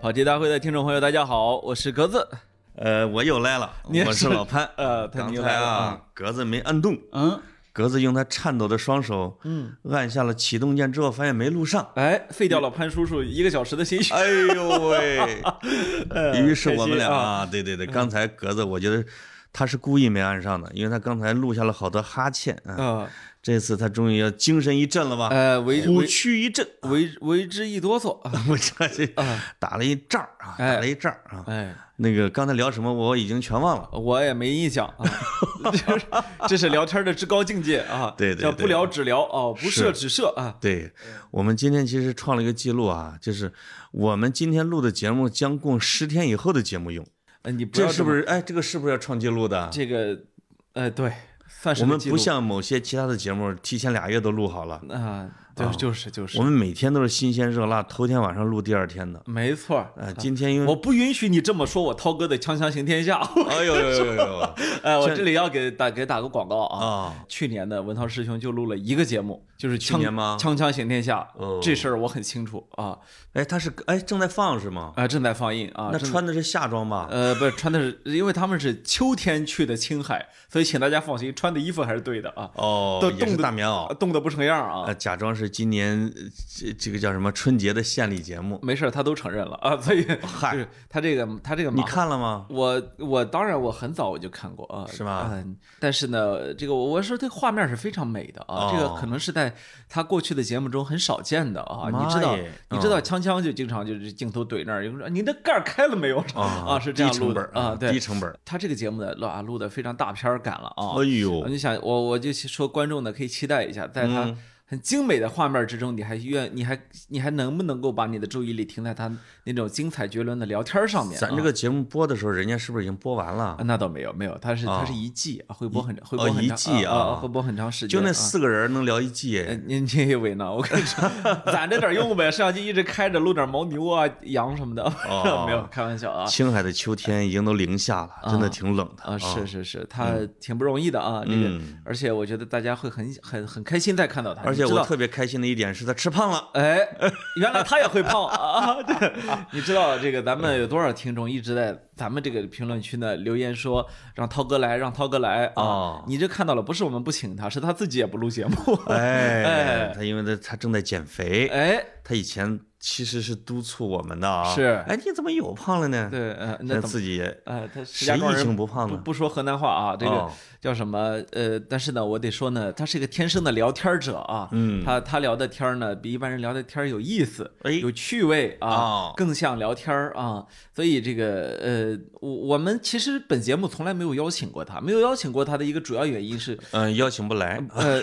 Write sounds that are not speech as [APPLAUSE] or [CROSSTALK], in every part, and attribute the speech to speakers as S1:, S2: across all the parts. S1: 跑题大会的听众朋友，大家好，我是格子。
S2: 呃，我又来了，
S1: 你
S2: 我
S1: 是
S2: 是
S1: [LAUGHS]
S2: 老潘。
S1: 呃他
S2: 刚
S1: 又
S2: 才
S1: 来了
S2: 啊，格子没按动，
S1: 嗯
S2: 格子用他颤抖的双手，
S1: 嗯，
S2: 按下了启动键之后，发现没录
S1: [LAUGHS]
S2: 上。
S1: 哎，废掉了潘叔叔一个小时的心
S2: [LAUGHS]
S1: 血。
S2: 哎呦 [LAUGHS] 喂！
S1: 呃
S2: 于是我们俩
S1: 开心啊
S2: 啊，对对对，刚才格子我觉得他是故意没按上的，因为他刚才录下了好多哈欠啊。
S1: 啊，
S2: 这次他终于要精神一振了吧？
S1: 呃，为
S2: 虎
S1: 为
S2: 躯一震，
S1: 为为之一哆嗦。啊
S2: [LAUGHS] 我 [LAUGHS] 这这打了一仗啊，
S1: 哎
S2: 打了一仗啊。
S1: 哎，
S2: 那个刚才聊什么我已经全忘了。
S1: 我也没印象啊，这是这是聊天的至高境界啊！
S2: [LAUGHS] 对对
S1: 叫
S2: 对
S1: 不聊只聊哦，不射只射啊！
S2: 对我们今天其实创了一个记录啊，就是我们今天录的节目将供十天以后的节目用，
S1: 呃你不要
S2: 这是
S1: 么
S2: 不是？哎，这个是不是要创记录的？啊
S1: 这个？呃，对，算是
S2: 我
S1: 个
S2: 们
S1: 记
S2: 不
S1: 录
S2: 像某些其他的节目，提前俩月都录好了，
S1: 啊，对，就是就是
S2: 我，们每天都是新鲜热辣，头天晚上录第二天的。
S1: 没错儿。
S2: 啊，今天因为。
S1: 我不允许你这么说我涛哥的《锵锵行天下》
S2: 哎呦呦呦呦呦
S1: [LAUGHS]
S2: [LAUGHS]
S1: 哎，我这里要给打给打个广告啊！
S2: 啊！
S1: 去年的文涛师兄就录了一个节目，就是
S2: 去
S1: 锵
S2: 年吗
S1: 锵锵行天下
S2: 哦》
S1: 这事儿我很清楚啊
S2: 哎，他是哎正在放是吗？
S1: 啊，正在放映啊。
S2: 那
S1: 正
S2: 穿的是夏装吧？
S1: 呃，不是穿的是，因为他们是秋天去的青海，所以请大家放心，穿的衣服还是对的啊，
S2: 哦
S1: 都，
S2: 也
S1: 冻
S2: 是
S1: 得
S2: 大棉袄。
S1: 冻得不成样儿啊
S2: 呃，。假装是今年呃这这个叫什么春节的献礼节目，
S1: 没事儿，他都承认了啊，所以
S2: 嗨
S1: 就是他这个他这个
S2: 你
S1: 马
S2: 看了吗？
S1: 我我当然我很早我就看过啊，
S2: 是吧
S1: 嗯，但是呢，这个我我说这个画面是非常美的啊，
S2: 哦
S1: 这个可能是在他过去的节目中很少见的啊。
S2: 妈
S1: 你知道
S2: 耶，嗯
S1: 你知道，锵锵就经常就是镜头怼那儿，有人说您的盖儿开了没有啊？是这样
S2: 哦低
S1: 录
S2: 成
S1: 的
S2: 本
S1: 啊，
S2: 低
S1: 对。
S2: 成本。
S1: 他这个节目呢，录啊录的非常大片儿感了啊。
S2: 哎呦，嗯
S1: 你想我我就说观众呢可以期待一下，在他很精美的画面之中，你还愿你还你还能不能够把你的注意力停在他那种精彩绝伦的聊天上面？
S2: 咱这个节目播的时候，人家是不是已经播完
S1: 啊，
S2: 了？
S1: 那倒没有，没有，它是它
S2: 啊
S1: 是一季，啊，会播很会
S2: 哦
S1: 播很
S2: 一
S1: 长
S2: 季
S1: 啊
S2: 啊
S1: 会播很长时间。
S2: 就那
S1: 啊
S2: 四个人能聊一季，
S1: 呃你你以为呢？我跟你说， [LAUGHS] 攒着点用呗，摄像机一直开着，录点牦牛啊、羊什么的，
S2: 哦
S1: [LAUGHS] 没有开玩笑啊。
S2: 青海的秋天已经都零下了，真的挺冷的
S1: 啊，是是是，他挺不容易的啊，这个
S2: 哦嗯，
S1: 而且我觉得大家会很很很开心再看到他，
S2: 而且
S1: 你知
S2: 我
S1: 道
S2: 特别开心的一点是他吃
S1: [LAUGHS]
S2: 胖了。
S1: 哎，原来他也会胖啊！对，你知道这个咱们有多少听众一直在咱们这个评论区呢留言说让涛哥来，让涛哥来啊！
S2: 哦
S1: 你这看到了，不是我们不请他，是他自己也不录节目。
S2: 哎
S1: 哎，
S2: 他因为他他正在减肥，
S1: 哎，
S2: 他以前其实是督促我们的啊。
S1: 是
S2: 哎，你怎么又胖了呢？
S1: 对，呃，那
S2: 他
S1: 怎么
S2: 自己也
S1: 呃，他石家
S2: 谁
S1: 庄
S2: 疫情
S1: 人
S2: 不胖
S1: 不
S2: 呢？
S1: 不说河南话啊，这个
S2: 哦
S1: 叫什么？呃，但是呢，我得说呢，他是一个天生的聊天者啊。
S2: 嗯
S1: 他他聊的天儿呢，比一般人聊的天儿有意思，
S2: 哎
S1: 有趣味啊
S2: 哦，
S1: 更像聊天儿啊。所以这个呃，我我们其实本节目从来没有邀请过他，没有邀请过他的一个主要原因是，
S2: 嗯，邀请不来。 [LAUGHS]
S1: 呃。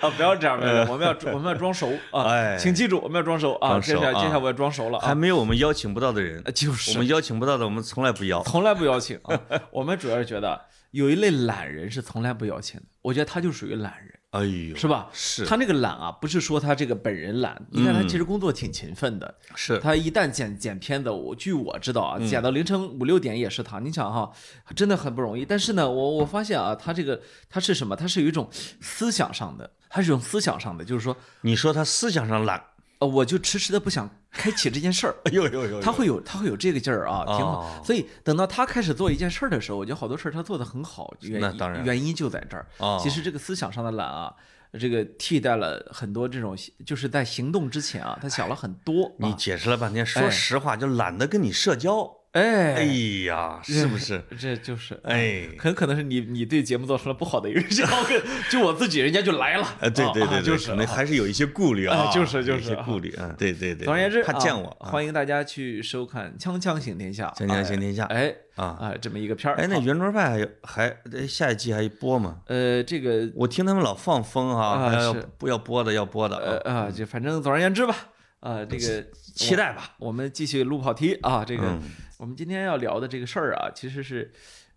S1: 啊！不要这样，不要这样我们要我们要装熟啊！
S2: 呃哎
S1: 请记住，我们要装熟啊！
S2: 装
S1: 接
S2: 熟
S1: 下来接
S2: 啊
S1: 下来我要装熟了啊
S2: 还！没有我们邀请不到的人
S1: 呃，就是
S2: 我们邀请不到的，我们从来不邀。
S1: 从来不邀请啊。 [LAUGHS] 我们主要是觉得有一类懒人是从来不邀请的，我觉得他就属于懒人，
S2: 哎呦，
S1: 是吧？
S2: 是嗯
S1: 他那个懒啊，不是说他这个本人懒，你看他其实工作挺勤奋的，
S2: 是，嗯
S1: 他一旦剪剪片子，我据我知道啊，剪到凌晨五六点也是他。你想哈，真的很不容易。但是呢，我我发现啊，他这个他是什么？他是有一种思想上的，他是一种思想上的，就是说，
S2: 你说他思想上懒，
S1: 呃，我就迟迟的不想开启这件事儿。
S2: [LAUGHS] 哎呦呦呦，
S1: 他会有他会有这个劲儿啊，挺好。
S2: 哦
S1: 所以等到他开始做一件事儿的时候，我觉得好多事儿他做得很好，原
S2: 那
S1: 因
S2: 当然
S1: 原因就在这儿。
S2: 哦
S1: 其实这个思想上的懒啊，这个替代了很多这种，就是在行动之前啊，他想了很多、啊。
S2: 哎你解释了半天，
S1: 哎
S2: 说实话就懒得跟你社交。
S1: 哎，
S2: 哎呀，是不是？
S1: 这就是。嗯
S2: 哎，
S1: 很可能是你你对节目做出了不好的影响， [LAUGHS] 就我自己人家就来了，
S2: 呃，对对
S1: 啊啊
S2: 对，对
S1: 就是
S2: 可能
S1: 啊
S2: 还是有一些顾虑啊，
S1: 哎就是就是
S2: 有一些顾虑，嗯，对对对。
S1: 总而言之，
S2: 怕
S1: 啊
S2: 见我，
S1: 欢迎大家去收看《锵锵行天下》，
S2: 锵锵行天下
S1: 哎
S2: 啊
S1: 啊这么一个片儿，
S2: 哎，那
S1: 好
S2: 圆桌派还有还哎下一季还播吗？
S1: 呃这个
S2: 我听他们老放风啊，
S1: 啊
S2: 还要
S1: 是
S2: 不要播的要播的
S1: 呃
S2: 啊，
S1: 啊，就反正总而言之吧，啊，这个啊
S2: 期待吧。
S1: 我们继续录跑题啊，这个
S2: 嗯
S1: 我们今天要聊的这个事儿啊，其实是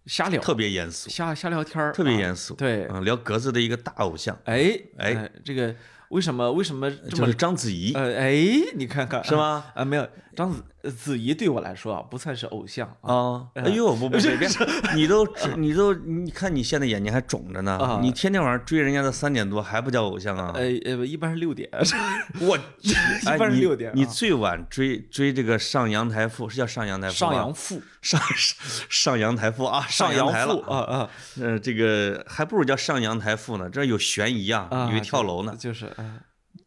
S1: 瞎聊，
S2: 特别严肃，
S1: 瞎瞎聊天儿，
S2: 特别
S1: 啊
S2: 严肃。
S1: 对，
S2: 嗯，聊格子的一个大偶像
S1: 哎
S2: 哎呃
S1: 呃这个为什么为什么这
S2: 就
S1: 么呃
S2: 是章子怡，
S1: 呃哎，你看看
S2: 是吗？
S1: 啊，没有章子呃子怡对我来说啊，不算是偶像啊。
S2: 啊！哎呦，
S1: [LAUGHS]
S2: 不不别别，你都你都你看你现在眼睛还肿着呢
S1: 啊，
S2: 你天天晚上追人家到三点多还不叫偶像啊
S1: 呃？呃，一般是六点，
S2: 我
S1: 一
S2: [LAUGHS] 哎
S1: 般是
S2: 你
S1: 六点啊。
S2: 你最晚追追这个上阳台妇是叫上阳台妇吧
S1: 上阳赋，
S2: 上上阳台妇啊，上阳
S1: 阳
S2: 台
S1: 赋
S2: 了
S1: 啊！啊
S2: 呃，这个还不如叫上阳台妇呢，这有悬疑啊，
S1: 啊！
S2: 以为跳楼呢。
S1: 就是呃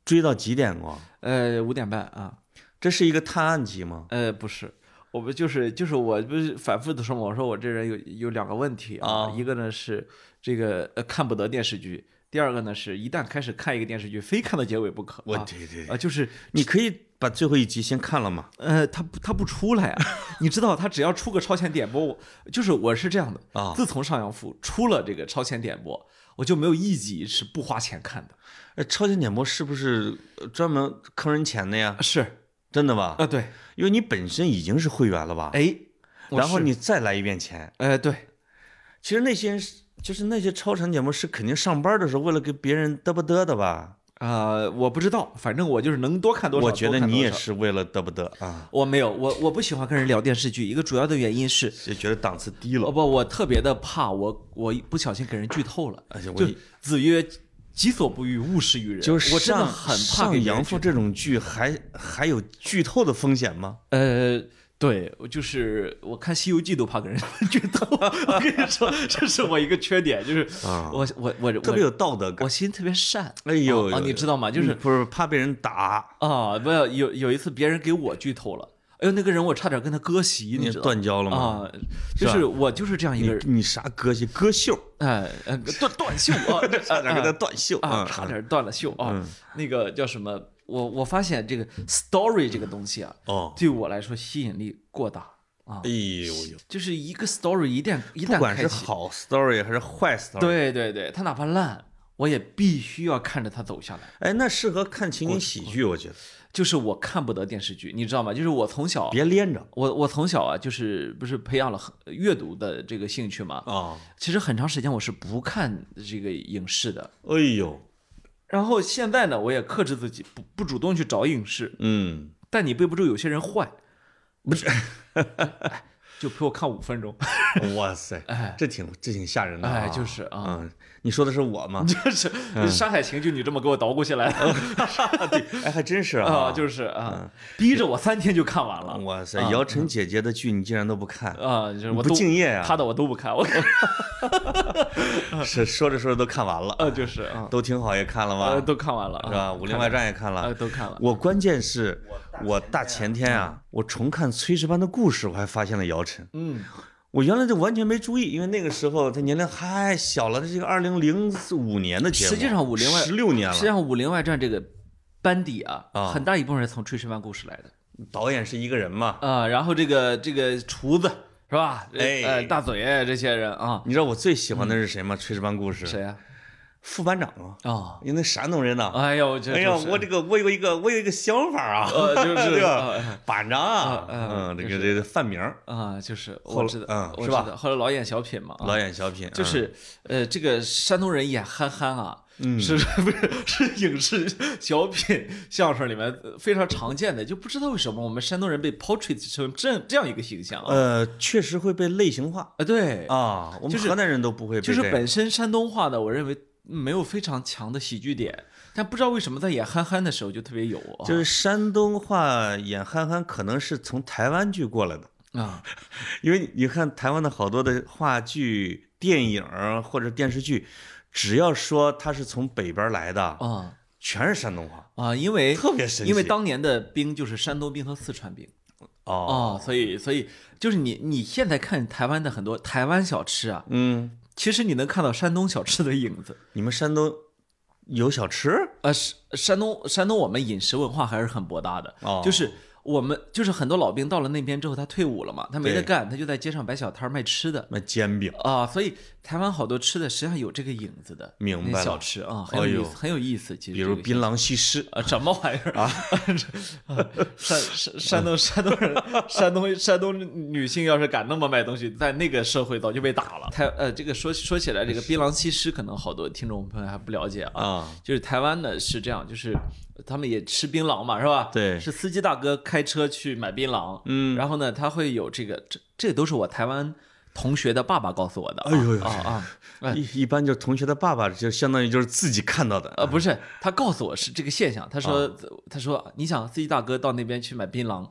S2: 追到几点过？
S1: 呃五点半啊，
S2: 这是一个探案集吗？
S1: 呃不是。我们就是就是我不是反复的说嘛，我说我这人有有两个问题啊，
S2: 啊
S1: 一个呢是这个呃看不得电视剧，第二个呢是一旦开始看一个电视剧，非看到结尾不可。
S2: 我
S1: 啊
S2: 对对
S1: 啊，就是
S2: 你可以把最后一集先看了嘛？
S1: 呃，他不他不出来啊！ [LAUGHS] 你知道，他只要出个超前点播，我就是我是这样的
S2: 啊
S1: 自从《上阳赋》出了这个超前点播，我就没有一集是不花钱看的。
S2: 呃，超前点播是不是呃专门坑人钱的呀？
S1: 是
S2: 真的吧？
S1: 啊，对，
S2: 因为你本身已经是会员了吧？
S1: 哎，我
S2: 啊然后
S1: 是
S2: 你再来一遍钱。
S1: 呃，对，
S2: 其实那些人是就是那些超前点播是肯定上班的时候为了给别人嘚不嘚的吧？
S1: 呃，我不知道，反正我就是能多看多少。
S2: 我觉
S1: 多
S2: 得
S1: 看
S2: 你
S1: 多
S2: 也
S1: 少，
S2: 是为了嘚不嘚啊，
S1: 我没有，我我不喜欢跟人聊电视剧，一个主要的原因是，
S2: 就觉得档次低
S1: 哦
S2: 了。
S1: 不，我特别的怕我我一不小心给人剧透了。
S2: 而且哎我
S1: 就子曰：“己所不欲，勿施于人。”
S2: 就是
S1: 我真的
S2: 上
S1: 很怕给
S2: 上
S1: 别人
S2: 阳
S1: 剧
S2: 赋这种剧还还有剧透的风险吗？
S1: 呃，对，我就是我看《西游记》都怕给人剧透。我跟你说，这是我一个缺点，就是
S2: 啊
S1: 我我我
S2: 特别有道德
S1: 我
S2: 感。
S1: 我心特别善。
S2: 哎呦，
S1: 啊，你知道吗？就是
S2: 不是怕被人打，
S1: 啊，不要有有一次别人给我剧透了，哎呦，那个人我差点跟他割席，
S2: 你
S1: 你知道
S2: 断交了吗？
S1: 啊，就是我就是这样一
S2: 你
S1: 个人，
S2: 你啥歌戏歌袖？，
S1: 哎，呃断断袖啊
S2: 差点给 [LAUGHS] 他
S1: 啊
S2: 断袖
S1: 啊，
S2: 嗯
S1: 差点断了袖啊，那个叫什么？我我发现这个 story 这个东西啊，
S2: 哦，
S1: 对我来说吸引力过大啊
S2: 哎。呦呦，
S1: 就是一个 story 一旦一
S2: 不
S1: 旦
S2: 管
S1: 开
S2: 是
S1: 启，
S2: 好 story 还是坏 story，，
S1: 对对对，它哪怕烂，我也必须要看着它走下来。
S2: 哎，那适合看情景喜剧，我觉得
S1: 就是我看不得电视剧，你知道吗？就是我从小，
S2: 别连着
S1: 我我从小啊，就是不是培养了很阅读的这个兴趣嘛？
S2: 啊，
S1: 其实很长时间我是不看这个影视的。
S2: 哎呦，
S1: 然后现在呢，我也克制自己，不不主动去找影视。
S2: 嗯，
S1: 但你背不住有些人坏，不是，就陪我看五分钟， [LAUGHS]
S2: 哇塞，这挺这挺吓人的啊，
S1: 哎就是啊
S2: 嗯，你说的是我吗？
S1: 就是
S2: 嗯
S1: 《山海情》就你这么给我捣鼓起来的。
S2: 哎，还真是
S1: 啊，
S2: 啊，
S1: 就。是啊，逼着我三天就看完了
S2: 哇塞，姚晨姐姐的剧你竟然都不看，
S1: 啊，就是
S2: 你
S1: 我
S2: 不
S1: 都
S2: 敬业呀
S1: 他的我都不看，
S2: [LAUGHS]
S1: 我
S2: 是说着说着都看完了，
S1: 呃就是啊，
S2: 都挺好也看了
S1: 呃
S2: 吧，
S1: 都看完了
S2: 是吧？
S1: 啊
S2: 《武林外传》也看
S1: 呃
S2: 了，
S1: 都看了，
S2: 我关键是，我大前天啊，我重看《炊事班的故事》，我还发现了姚晨。
S1: 嗯
S2: 我原来就完全没注意，因为那个时候她年龄还小了，这是个二零零五年的节目，
S1: 实际上武林外啊
S2: 十六年
S1: 实际
S2: 了，
S1: 上《武林外传》这个班底啊
S2: 啊，
S1: 很大一部分是从《炊事班故事》来的
S2: 导演是一个人嘛。
S1: 啊，然后这个这个厨子是吧？
S2: 哎
S1: 呃大嘴这些人啊，
S2: 你知道我最喜欢的是谁吗？《炊事班故事》
S1: 谁呀？
S2: 副班长啊，
S1: 啊，
S2: 因为那山东人呐。
S1: 哎呦，这
S2: 哎呀，
S1: 就是
S2: 我这个我有一个我有一个想法啊，
S1: 呃就是
S2: [LAUGHS] 对吧
S1: 啊？
S2: 班长啊，
S1: 啊
S2: 嗯，这
S1: 就
S2: 个这个范明儿，
S1: 啊，就是
S2: 后
S1: 我
S2: 来
S1: 知道
S2: 嗯，
S1: 我
S2: 是
S1: 知
S2: 吧
S1: 道，后来老演小品嘛，啊
S2: 老演小品，
S1: 就
S2: 嗯
S1: 是呃，这个山东人演憨憨啊，
S2: 嗯
S1: 是 [LAUGHS] 不是是影视小品相声里面呃非常常见的，就不知道为什么我们山东人被 portrait 成这这样一个形象啊，
S2: 呃，确实会被类型化
S1: 啊对，
S2: 啊，我们
S1: 就是
S2: 河南人都不会被
S1: 就是
S2: 这样
S1: 本身山东话呢，我认为没有非常强的喜剧点，但不知道为什么在演憨憨的时候就特别有啊，
S2: 就是山东话演憨憨，可能是从台湾剧过来的，
S1: 啊
S2: 因为你看台湾的好多的话剧、电影儿或者电视剧，只要说它是从北边来的，
S1: [LAUGHS] 啊
S2: 全是山东话，
S1: 啊，因为
S2: 特别神奇。
S1: 因为当年的兵就是山东兵和四川兵。
S2: 哦，
S1: 哦，所以所以就是你你现在看台湾的很多台湾小吃啊，
S2: 嗯，
S1: 其实你能看到山东小吃的影
S2: [LAUGHS]
S1: 子。
S2: 你们山东有小吃？
S1: 呃，是山东山东我们饮食文化还是很博大的，
S2: 哦
S1: 就是我们就是很多老兵到了那边之后，他退伍了嘛，他没
S2: 对
S1: 得干，他就在街上摆小摊儿卖吃的
S2: 那煎饼，
S1: 啊、所以台湾好多吃的实际上有这个影子的，
S2: 明白
S1: 那
S2: 了
S1: 小吃啊、
S2: 哎
S1: 很有意
S2: 呦
S1: 思，很有意思。其实
S2: 比
S1: 这
S2: 如
S1: 个
S2: 槟榔西施。
S1: 啊，什么玩意儿啊？ [LAUGHS] 山山山东山东人，山东山东女性要是敢那么卖东西，在那个社会早就被打了。台呃，这个说说起来，这个槟榔西施可能好多听众朋友还不了解啊。
S2: 啊，
S1: 就是台湾呢是这样，就是他们也吃槟榔嘛，是吧？
S2: 对
S1: 是司机大哥开车去买槟榔，
S2: 嗯，
S1: 然后呢，他会有这个，这这都是我台湾同学的爸爸告诉我的啊。
S2: 哎呦呦
S1: 啊啊！哎
S2: 一一般就是同学的爸爸，就相当于就是自己看到的。
S1: 呃，不是，他告诉我是这个现象。他说，他说，你想司机大哥到那边去买槟榔，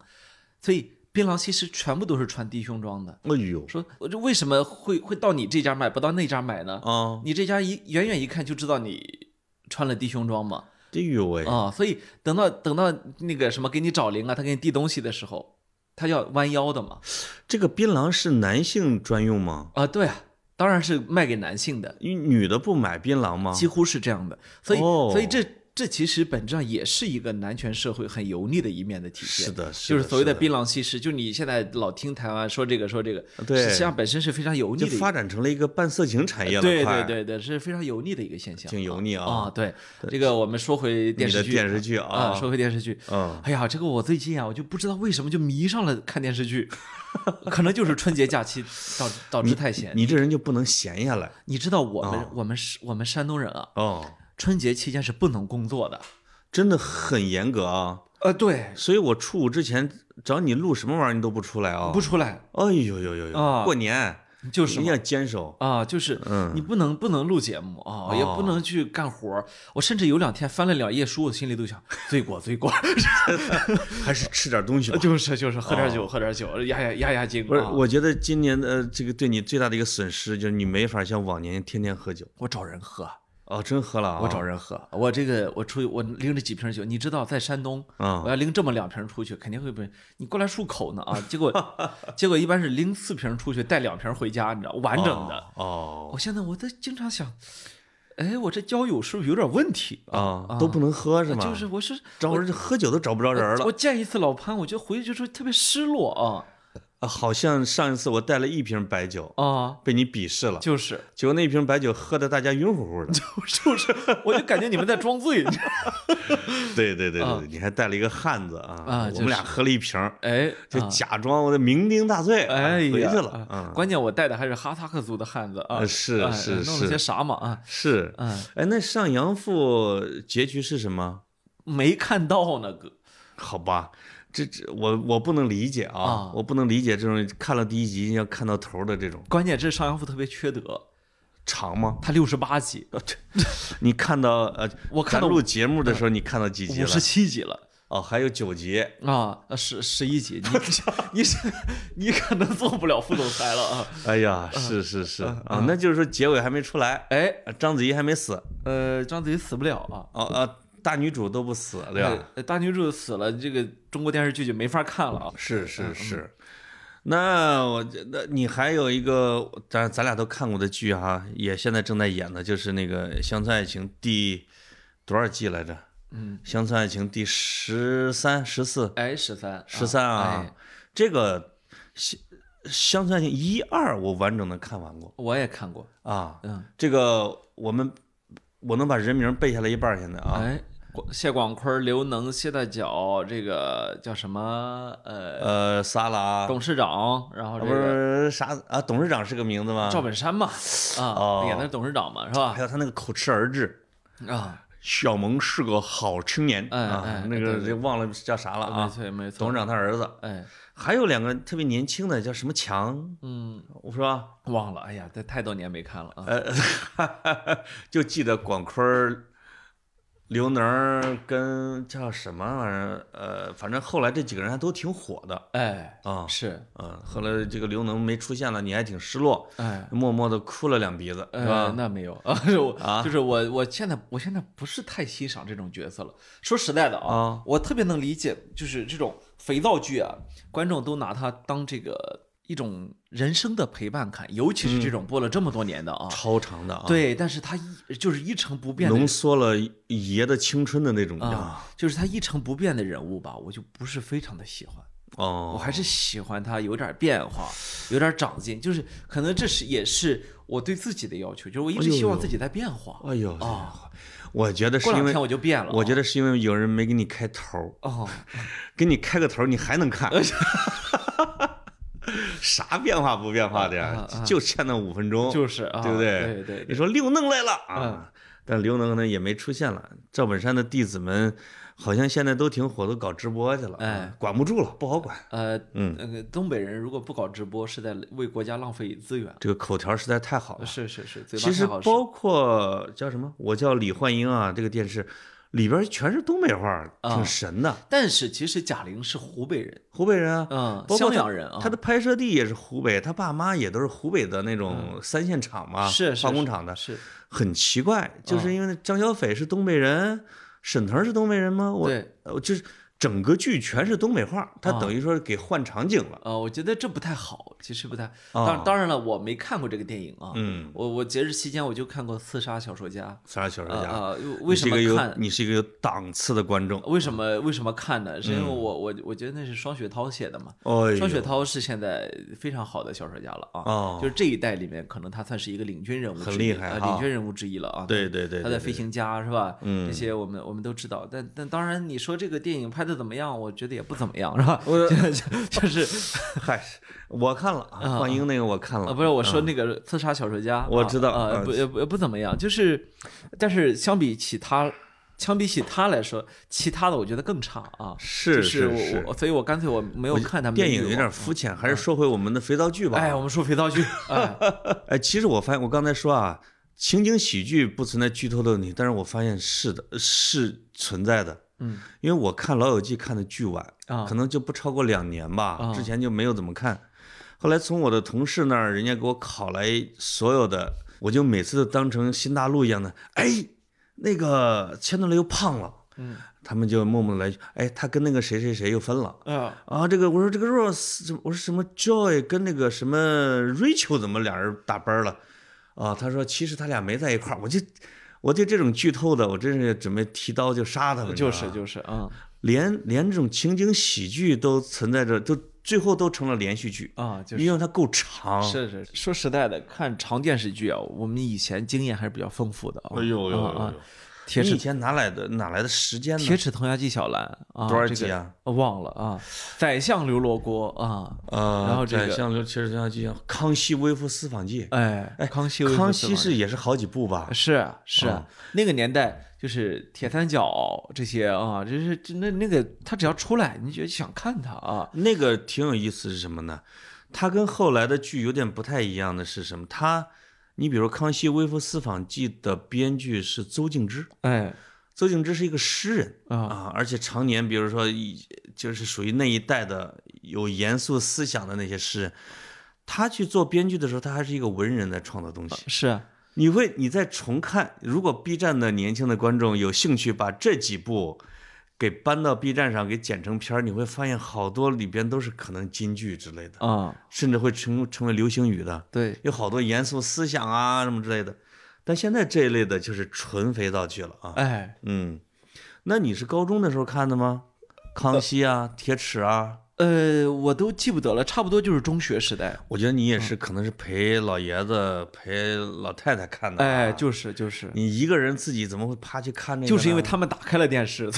S1: 所以槟榔西施全部都是穿低胸装的。
S2: 哎呦，
S1: 说，我这为什么会会到你这家买，不到那家买呢？
S2: 啊，
S1: 你这家一远远一看就知道你穿了低胸装嘛。
S2: 哎呦喂，
S1: 啊、所以等到等到那个什么给你找零啊，他给你递东西的时候，他要弯腰的嘛。
S2: 这个槟榔是男性专用吗？
S1: 啊、对啊，当然是卖给男性的，
S2: 因为女的不买槟榔吗？
S1: 几乎是这样的。所以，
S2: 哦
S1: 所以这这其实本质上也是一个男权社会很油腻的一面的体现。
S2: 是的，是
S1: 就
S2: 的
S1: 是所谓的
S2: 的
S1: 槟榔西施，就你现在老听台湾说这个说这个，
S2: 对
S1: 实际上本身是非常油腻
S2: 就
S1: 的一
S2: 发
S1: 个，
S2: 展成了一个半色情产业了，
S1: 对
S2: 快
S1: 对，对对，是非常油腻的一个现象，
S2: 挺油腻啊
S1: 啊。对，这个我们说回电
S2: 你
S1: 视
S2: 的
S1: 剧，
S2: 电视剧啊
S1: 啊，，说回电视剧，
S2: 嗯，
S1: 哎呀，这个我最近啊，我就不知道为什么就迷上了看电视 [LAUGHS] 剧，可能就是春节假期导导致太闲。啊
S2: 你这人就不能闲下来
S1: 你知道我们、
S2: 哦
S1: 我们是我们山东人啊，
S2: 哦，
S1: 春节期间是不能工作的。
S2: 真的很严格啊。
S1: 呃，对，
S2: 所以我初五之前找你录什么玩意儿，你都不出来啊。
S1: 不，出来
S2: 哎呦呦呦
S1: 啊
S2: 呦，过年
S1: 就是
S2: 你
S1: 嘛
S2: 要坚守，
S1: 啊，就是
S2: 嗯
S1: 你不能不能录节目啊，
S2: 哦
S1: 也不能去干活儿。我甚至有两天翻了两页书，我心里都想罪过罪
S2: [LAUGHS]
S1: 过，
S2: 还是吃点东西吧。啊
S1: 就是就是喝点酒喝点酒，压压压压惊。
S2: 呃哦不是，
S1: 啊
S2: 我觉得今年的呃这个对你最大的一个损失就是你没法像往年天天喝酒。
S1: 我找人喝，
S2: 哦，真喝了啊！
S1: 我找人喝，我这个我出去我拎着几瓶酒，你知道在山东。
S2: 啊
S1: 我要拎这么两瓶出去，肯定会被你过来漱口呢
S2: [LAUGHS]
S1: 啊！结果，结果一般是拎四瓶出去，带两瓶回家，你知道完整的。
S2: 哦
S1: 我现在我在经常想，哎，我这交友是不是有点问题
S2: 哦？啊，都不能喝是吗？
S1: 就是我是
S2: 找人喝酒都找不着人了
S1: 我见一次老潘，我就回去就说特别失落啊
S2: 啊！好像上一次我带了一瓶白酒，
S1: 啊，
S2: 被你鄙视了， [LAUGHS]
S1: 就是
S2: 结果那瓶白酒喝的大家晕乎乎的。
S1: 就是，我就感觉你们在装
S2: [LAUGHS]
S1: 醉。
S2: 对对对
S1: 啊
S2: 对，你还带了一个汉子啊！
S1: 啊
S2: 我们俩喝了一瓶儿，
S1: 哎，
S2: [LAUGHS] 就
S1: 啊
S2: 假装我的酩酊大醉，
S1: 哎呀
S2: 回去了
S1: 啊
S2: 啊。
S1: 关键我带的还是哈萨克族的汉子啊，
S2: 啊是
S1: 哎
S2: 是
S1: 弄了
S2: 是
S1: 些啥嘛啊？
S2: 是，
S1: 嗯，
S2: 哎，那上阳赋结局是什么？
S1: 没看到那个
S2: 好吧，这这我我不能理解啊，
S1: 啊
S2: 我不能理解这种看了第一集要看到头儿的这种
S1: 关键这商鞅赋特别缺德，
S2: 长吗？
S1: 他六十八集，
S2: 啊你看到呃，
S1: 我看到
S2: 咱录节目的时候，你看到几集
S1: 五
S2: 了
S1: 十？七集了。
S2: 哦，还有九集。
S1: 啊，呃十十一集，
S2: [LAUGHS]
S1: 你你你可能做不了副总裁了啊！
S2: 哎呀，是是是
S1: 嗯
S2: 啊，那就是说结尾还没出来，
S1: 哎，
S2: 啊章子怡还没死，
S1: 呃，章子怡死不了啊，
S2: 哦啊，大女主都不死，对吧？
S1: 呃大女主死了，这个中国电视剧就没法看了啊。
S2: 是是是。那我觉得你还有一个，咱咱俩都看过的剧哈、也现在正在演的，就是那个《乡村爱情》第多少季来着？
S1: 嗯，
S2: 《乡村爱情》第十三、十四、
S1: 哎，十三，
S2: 十三
S1: 哎
S2: 啊，这个乡乡村爱情一二我完整的看完过
S1: 我也看过，
S2: 啊。
S1: 嗯，
S2: 这个我们我能把人名背下来一半儿现在啊。
S1: 哎，广谢广坤、刘能、谢大脚，这个叫什么？呃，
S2: 呃，萨拉
S1: 董事长，然后这
S2: 不
S1: 个
S2: 是啥啊？董事长是个名字吗？
S1: 赵本山嘛，啊
S2: 哦，
S1: 演的是董事长嘛，是吧
S2: 还？有他那个口吃儿子。
S1: 啊，
S2: 小萌是个好青年
S1: 哎
S2: 啊
S1: 哎，
S2: 那
S1: 对
S2: 个
S1: 对
S2: 忘了叫啥了
S1: 没
S2: 啊？
S1: 错没错，
S2: 董事长他儿子，
S1: 哎，
S2: 还有两个特别年轻的叫什么强，
S1: 嗯，
S2: 我说
S1: 忘了，哎呀，这太多年没看了啊。
S2: 呃， [LAUGHS] 就记得广坤儿、刘能儿跟叫什么玩意儿，呃，反正后来这几个人还都挺火的
S1: 哎，
S2: 啊，
S1: 是，
S2: 嗯，后来这个刘能没出现了，你还挺失落，
S1: 哎。
S2: 默默的哭了两鼻子，是
S1: 呃
S2: 吧，？
S1: 那没有 [LAUGHS] 啊，是我
S2: 啊
S1: 就是我，我现在我现在不是太欣赏这种角色了。说实在的啊，
S2: 啊，
S1: 我特别能理解，就是这种肥皂剧啊，观众都拿它当这个一种人生的陪伴看，尤其是这种播了这么多年的啊，
S2: 超长的啊，，
S1: 对，但是它一就是一成不变的
S2: 浓
S1: 人
S2: 缩了爷的青春的那种
S1: 啊，就是它一成不变的人物吧，我就不是非常的喜欢，
S2: 哦，
S1: 我还是喜欢它有点变化，有点长进，就是可能这是也是我对自己的要求，就是我一直
S2: 哎呦
S1: 希望
S2: 呦
S1: 自己在变化，
S2: 哎呦
S1: 啊，
S2: 我觉得是
S1: 过
S2: 因
S1: 两
S2: 为
S1: 天我就变了啊，
S2: 我觉得是因为有人没给你开头儿，
S1: 哦， [LAUGHS]
S2: 给你开个头儿，你还能看。 [LAUGHS] 啥变化不变化的呀
S1: 啊啊啊？
S2: 就欠那五分钟。
S1: 就是啊，
S2: 对不
S1: 对？
S2: 对
S1: 对
S2: 你说刘能来了
S1: 嗯
S2: 啊，但刘能呢也没出现了。赵本山的弟子们好像现在都挺火，都搞直播去了，啊
S1: 哎，
S2: 管不住了，不好管。
S1: 呃，
S2: 嗯，
S1: 那个东北人如果不搞直播，是在为国家浪费资源。
S2: 这个口条实在太好了。
S1: 是是是，嘴巴
S2: 其实
S1: 太好使。
S2: 包括叫什么，我叫李焕英啊，这个电视里边全是东北话，
S1: 啊
S2: 挺神的，
S1: 但是其实贾玲是湖北人，
S2: 湖北人啊。
S1: 嗯，
S2: 包括
S1: 襄
S2: 他
S1: 阳人啊，
S2: 他的拍摄地也是湖北，他爸妈也都是湖北的那种三线厂嘛，
S1: 嗯是是
S2: 化工厂的，
S1: 是
S2: 很奇怪，就是因为那张小斐是东北人，沈腾是东北人吗？我
S1: 对，
S2: 我就是整个剧全是东北话，他等于说是给换场景了。
S1: 呃，我觉得这不太好，其实不太。
S2: 啊
S1: 当当然了，我没看过这个电影啊，
S2: 嗯，
S1: 我我节日期间我就看过《刺杀小说家》
S2: 三儿小说
S1: 呃，
S2: 家，
S1: 呃，为什么
S2: 你是一个有
S1: 看？
S2: 你是一个有档次的观众。
S1: 为什么为什么看呢？是因为
S2: 嗯
S1: 我我我觉得那是双雪涛写的嘛，
S2: 哦，
S1: 双雪涛是现在非常好的小说家了啊，
S2: 哦
S1: 就是这一代里面，可能他算是一个领军人物之一，
S2: 很厉害
S1: 呃
S2: 啊
S1: 领军人物之一了啊。
S2: 对对对，
S1: 他的
S2: 对
S1: 飞行家是吧？
S2: 嗯
S1: 这些我们我们都知道，但但当然，你说这个电影拍的怎么样？我觉得也不怎么样，是吧？ [LAUGHS]
S2: 我 [LAUGHS]
S1: 就是
S2: 嗨，我看了啊，幻英那个我看
S1: 啊，
S2: 了，
S1: 不是我说那个刺杀小说家，
S2: 嗯我
S1: 啊
S2: 知道
S1: 啊，
S2: 嗯
S1: 不也不也不怎么样，就是，但是相比起他，相比起他来说，其他的我觉得更差啊。
S2: 是
S1: 就是我我，所以我干脆我没有
S2: 我
S1: 看他们的
S2: 电影
S1: 欲
S2: 有
S1: 望
S2: 点肤浅，还是说回啊我们的肥皂剧吧。
S1: 哎，我们说肥皂
S2: [LAUGHS]
S1: 剧，哎，
S2: 哎，其实我发现，我刚才说啊，情景喜剧不存在剧透的问题，但是我发现是的，是存在的。
S1: 嗯，
S2: 因为我看《老友记》看的巨晚，
S1: 啊
S2: 可能就不超过两年吧，
S1: 啊
S2: 之前就没有怎么看。后来从我的同事那儿，人家给我拷来所有的，我就每次都当成新大陆一样的。哎，那个钱德勒又胖了，
S1: 嗯，
S2: 他们就默默地来一句，哎，他跟那个谁谁谁又分了。
S1: 啊，
S2: 啊，这个我说这个 Rose，怎么我说什么 Joy 跟那个什么 Rachel 怎么俩人搭班儿了？啊，他说其实他俩没在一块儿，我就我对这种剧透的，我真是准备提刀就杀他们。
S1: 呃就
S2: 你知
S1: 是
S2: 道吧
S1: 就是，嗯
S2: 连连这种情景喜剧都存在着，都最后都成了连续剧，
S1: 啊，就是。
S2: 因为它够长。
S1: 是是，嗯说实在的，看长电视剧啊，我们以前经验还是比较丰富的啊。
S2: 哎呦呦呦
S1: 啊啊
S2: 呦！
S1: 铁
S2: 你以
S1: 齿
S2: 前哪来的哪来的时间呢
S1: 铁？齿铜牙纪晓岚啊，
S2: 多少
S1: 这
S2: 集
S1: 个
S2: 啊？
S1: 忘了啊，宰相刘罗锅啊，
S2: 呃，
S1: 然后这个
S2: 宰相刘其实像就像《康熙微服私访记》，
S1: 哎，康熙微服
S2: 康
S1: 私
S2: 熙
S1: 访
S2: 是也是好几部吧？
S1: 是是、
S2: 啊
S1: 那个年代，就是铁三角这些啊，就是就那那个他只要出来，你就想看他啊。
S2: 那个挺有意思是什么呢？它跟后来的剧有点不太一样的是什么？它，你比如《康熙微服私访记》的编剧是邹静之，
S1: 哎
S2: 邹静之是一个诗人
S1: 啊
S2: 啊，而且常年比如说一就是属于那一代的有严肃思想的那些诗人。他去做编剧的时候，他还是一个文人在创作东西。
S1: 是啊
S2: 你会你再重看，如果 B 站的年轻的观众有兴趣把这几部给搬到 B 站上给剪成片儿，你会发现好多里边都是可能金句之类的，
S1: 啊，
S2: 甚至会成成为流行语的，
S1: 对
S2: 有好多严肃思想啊什么之类的。但现在这一类的就是纯肥皂剧了啊。
S1: 哎
S2: 嗯，那你是高中的时候看的吗？康熙啊，铁齿啊，
S1: 呃，我都记不得了，差不多就是中学时代。
S2: 我觉得你也是可能是陪老爷子、陪老太太看的啊。
S1: 哎，就是就是。
S2: 你一个人自己怎么会趴去看那个呢？
S1: 就是因为他们打开了电
S2: [LAUGHS]
S1: 视，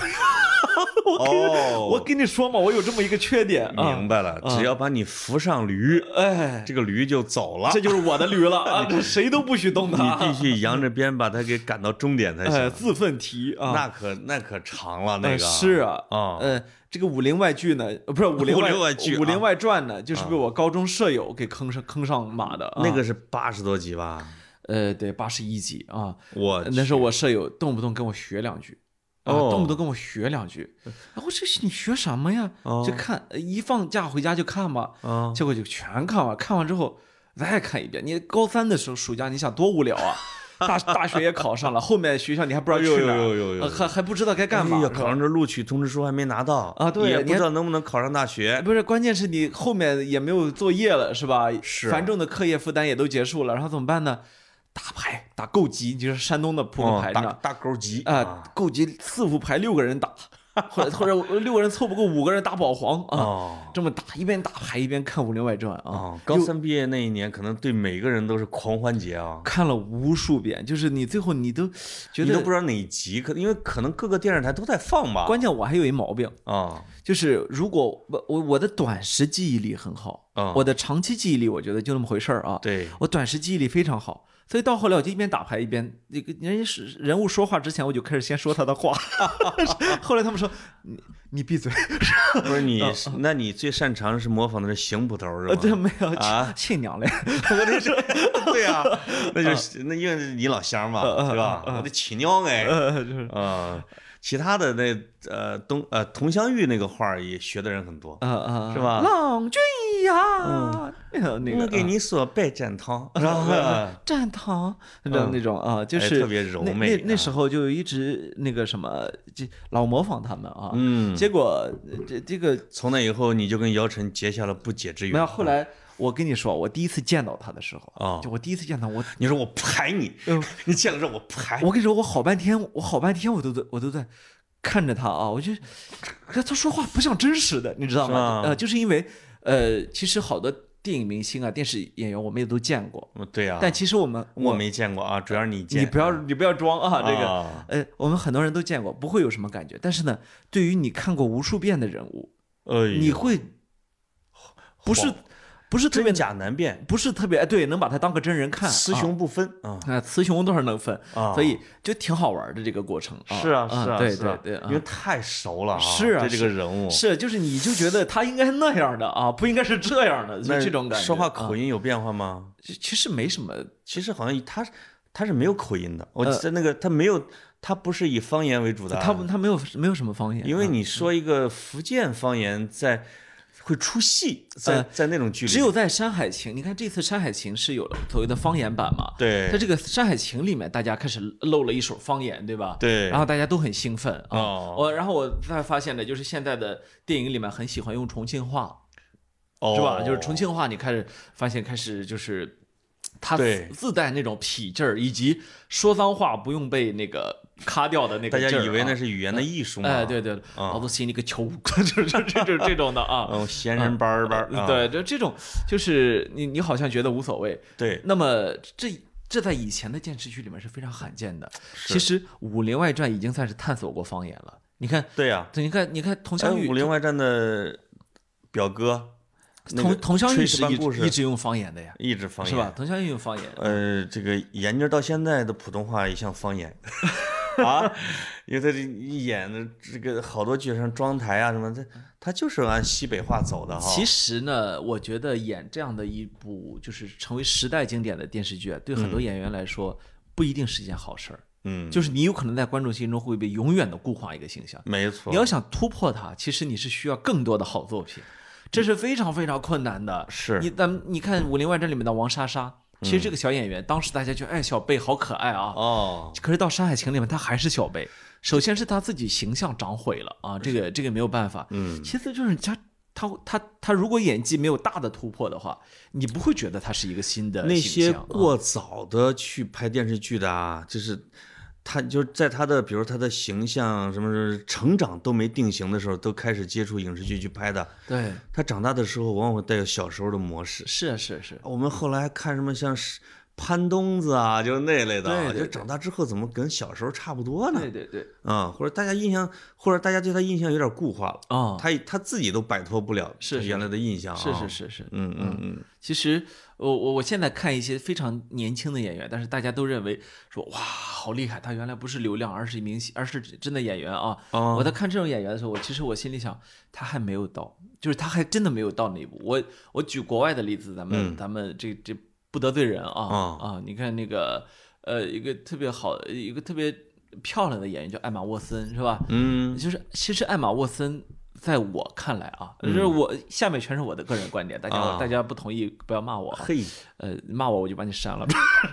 S2: 哦，
S1: 我跟你说嘛，我有这么一个缺点啊，
S2: 明白了，只要把你扶上驴，
S1: 哎，
S2: 这个驴就啊走了
S1: 这，就是我的驴了
S2: [LAUGHS]
S1: 啊，这谁都不许动
S2: 你必
S1: 它，
S2: 须扬着鞭把它给赶到终点才
S1: 哎，
S2: 行。
S1: 自奋蹄啊，
S2: 那可那可长了，那
S1: 呃
S2: 个
S1: 是啊，
S2: 哎啊
S1: 呃，这个《武林外剧》呢，呃不是《武林
S2: 武
S1: 外
S2: 林外剧
S1: 武
S2: 啊
S1: 林外传》呢，就是被我高中舍友给坑上坑上马的啊。
S2: 那个是八十多集吧？
S1: 呃，对，八十一集啊，
S2: 我
S1: 那时候我舍友动不动跟我学两句。啊，
S2: 哦呃
S1: 动不动跟我学两句，啊，我这是你学什么呀？
S2: 哦
S1: 就看呃一放假回家就看吧，
S2: 啊，
S1: 结果就全看完，看完之后再看一遍。你高三的时候暑假，你想多无聊
S2: [LAUGHS]
S1: 啊！大大学也考上了，后面学校你还不知道去哪
S2: 哎呦呦呦
S1: 儿，
S2: 呦
S1: 呃还还不知道该干嘛
S2: 哎呀，
S1: 是吧
S2: 考上这录取通知书还没拿到
S1: 啊对
S2: 也
S1: 你
S2: 不
S1: 还
S2: 知道能不能考上大学。
S1: 哎不是，关键是你后面也没有作业了，是吧？
S2: 是
S1: 繁重的课业负担也都结束了，然后怎么办呢？打牌，打够级，你就是山东的扑克呃
S2: 哦
S1: 牌，你知
S2: 大
S1: 道
S2: 大勾级
S1: 啊，够级四副牌六个人打，或者或者我六个人凑不够，五个人打保皇啊，
S2: 哦
S1: 这么打一边打牌一边看《武林外传》啊，
S2: 哦，高三毕业那一年，可能对每个人都是狂欢节啊。
S1: 看了无数遍，就是你最后你都觉
S2: 你都
S1: 得
S2: 不知道啊哪一集，可因为可能各个电视台都在放吧。
S1: 关键我还有一毛病，
S2: 啊
S1: 就是如果我我我的短时记忆力很好，
S2: 啊，
S1: 我的长期记忆力我觉得就那么回事儿啊。
S2: 对
S1: 我短时记忆力非常好，所以到后来我就一边打牌一边那个人家是人物说话之前，我就开始先说他的话。 [LAUGHS] 后来他们说你你闭嘴，
S2: 不是你，
S1: 嗯
S2: 那你最擅长是模仿的是邢捕头是吧？
S1: 这没有
S2: 啊
S1: 亲
S2: [LAUGHS]
S1: 娘嘞，
S2: 我这是对啊， [LAUGHS] 那
S1: 嗯
S2: 就是那因为是你老乡嘛，对吧？我的亲娘哎，
S1: 嗯就是
S2: 啊，其他的那呃东呃佟湘玉那个画儿也学的人很多。
S1: 啊啊
S2: 是吧嗯
S1: 郎君呀，那个嗯那
S2: 我
S1: 个
S2: 给
S1: 啊
S2: 你所拜战堂，是吧？
S1: 战堂那
S2: 嗯
S1: 那种啊，就
S2: 哎
S1: 是
S2: 特别柔
S1: 那
S2: 美
S1: 那那
S2: 啊
S1: 时候就一直那个什么，就老模仿他们啊。
S2: 嗯，
S1: 结果呃这这个
S2: 从那以后你就跟姚晨结下了不解之缘。
S1: 没有，后来我跟你说，我第一次见到他的时候
S2: 啊
S1: 就我第一次见他，我
S2: 你说我排你
S1: 嗯，
S2: 你见了之后我排，
S1: 我跟你说，我好半天，我好半天，我都在，我都在看着他啊，我就，他他说话不像真实的，你知道吗？
S2: 是吧
S1: 呃，就是因为，呃，其实好多电影明星啊、电视演员我们也都见过，
S2: 嗯对啊，
S1: 但其实我们，
S2: 我没见过啊，主要是你见。
S1: 你不要你不要装啊，这个，
S2: 啊
S1: 呃，我们很多人都见过，不会有什么感觉。但是呢，对于你看过无数遍的人物，
S2: 哎呦，
S1: 你会不是不是特别
S2: 真假难辨，
S1: 不是特别哎，对，能把他当个真人看，
S2: 雌
S1: 啊
S2: 雄不分啊
S1: 啊，雌雄多少能分，
S2: 啊！
S1: 所以就挺好玩的这个过程。
S2: 是啊是啊
S1: 对
S2: 是
S1: 对
S2: 啊
S1: 对，啊
S2: 因为太熟了啊，
S1: 是啊
S2: 对这个人物，
S1: 是就是你就觉得他应该那样的啊，不应该是这样的，就
S2: 那
S1: 这种感觉。
S2: 说话
S1: 啊
S2: 口音有变化吗？
S1: 其其实没什么，
S2: 其实好像他他是没有口音的，我
S1: 呃
S2: 在那个他没有，他不是以方言为主的啊，
S1: 他他没有没有什么方言，
S2: 因为
S1: 啊
S2: 你说一个福建方言在会出戏，在
S1: 呃
S2: 在那种剧里
S1: 只有在《山海情》，你看这次《山海情》是有所谓的方言版嘛？在
S2: 对
S1: 这个《山海情》里面，大家开始露了一手方言，对吧？。
S2: 对
S1: 然后大家都很兴奋啊！
S2: 哦
S1: 我然后我才发现的就是现在的电影里面很喜欢用重庆话，
S2: 哦
S1: 啊是吧？就是重庆话，你开始发现开始就是它
S2: 对
S1: 自自带那种痞劲儿，以及说脏话不用被那个咔掉的那
S2: 大
S1: 个
S2: 家
S1: 劲儿啊、
S2: 以为那是语言的艺术嘛？
S1: 哎，对对，对
S2: 啊
S1: 老子心里个球，就是这这这这种的啊。呃
S2: 嗯，闲人班儿班儿，
S1: [LAUGHS]
S2: 啊
S1: 对，就这种，就是你你好像觉得无所谓，
S2: 对，
S1: 那么这这在以前的电视剧里面是非常罕见的。其实《武林外传》已经算是探索过方言了。你看，
S2: 对呀。
S1: 你看，你看佟
S2: 哎，
S1: 湘玉
S2: 《武林外传》的表哥，那个
S1: 佟佟湘
S2: 炊
S1: 玉
S2: 事
S1: 是
S2: 班
S1: 一
S2: 故
S1: 直
S2: 事
S1: 一直用方言的呀，
S2: 一直方言
S1: 是吧？？佟湘玉用方言，
S2: 呃，这个闫妮儿到现在的普通话也像
S1: [LAUGHS]
S2: 方言啊，因为她这一演的这个好多剧像妆台啊什么的，她就是按西北话走的哈。
S1: 其实呢，我觉得演这样的一部就是成为时代经典的电视剧，啊，对很多演员来说、不一定是一件好事儿。
S2: 嗯，
S1: 就是你有可能在观众心中会被永远的固化一个形象。
S2: 没错，
S1: 你要想突破它，其实你是需要更多的好作品，这是非常非常困难的。
S2: 是
S1: 你咱们你看《武林外传》里面的王莎莎，其实这个小演员、当时大家觉得哎小贝好可爱啊，
S2: 哦，
S1: 可是到《山海情》里面，他还是小贝。首先是他自己形象长毁了啊，这个这个没有办法。
S2: 嗯，
S1: 其次就是他他他他如果演技没有大的突破的话，你不会觉得他是一个新的
S2: 那
S1: 形
S2: 些
S1: 象啊
S2: 过早的去拍电视剧的啊，就是他就是在他的比如他的形象什么什么成长都没定型的时候，都开始接触影视剧去拍的。
S1: 对
S2: 他长大的时候往往会带有小时候的模式。
S1: 是啊是啊是啊
S2: 我们后来看什么像是潘冬子啊，就是那类的啊，
S1: 对对对
S2: 就长大之后怎么跟小时候差不多呢
S1: 对？对对
S2: 啊、或者大家印象，或者大家对他印象有点固化了，
S1: 啊，
S2: 他他自己都摆脱不了
S1: 是
S2: 他
S1: 是
S2: 原来的印象啊。
S1: 是是，是是。
S2: 嗯嗯嗯，
S1: 其实我我我现在看一些非常年轻的演员，但是大家都认为说哇好厉害，他原来不是流量，而是明星，而是真的演员啊。
S2: 哦
S1: 我在看这种演员的时候，我其实我心里想，他还没有到，就是他还真的没有到那一步。我我举国外的例子，咱们、咱们这这不得罪人啊、
S2: 嗯哦
S1: 啊！你看那个呃，一个特别好，一个特别漂亮的演员叫艾玛沃森，是吧？
S2: 嗯，
S1: 就是其实艾玛沃森在我看来啊，就是我下面全是我的个人观点，大家、
S2: 嗯啊
S1: 大家不同意不要骂我啊，
S2: 嘿
S1: 呃，骂我我就把你删了。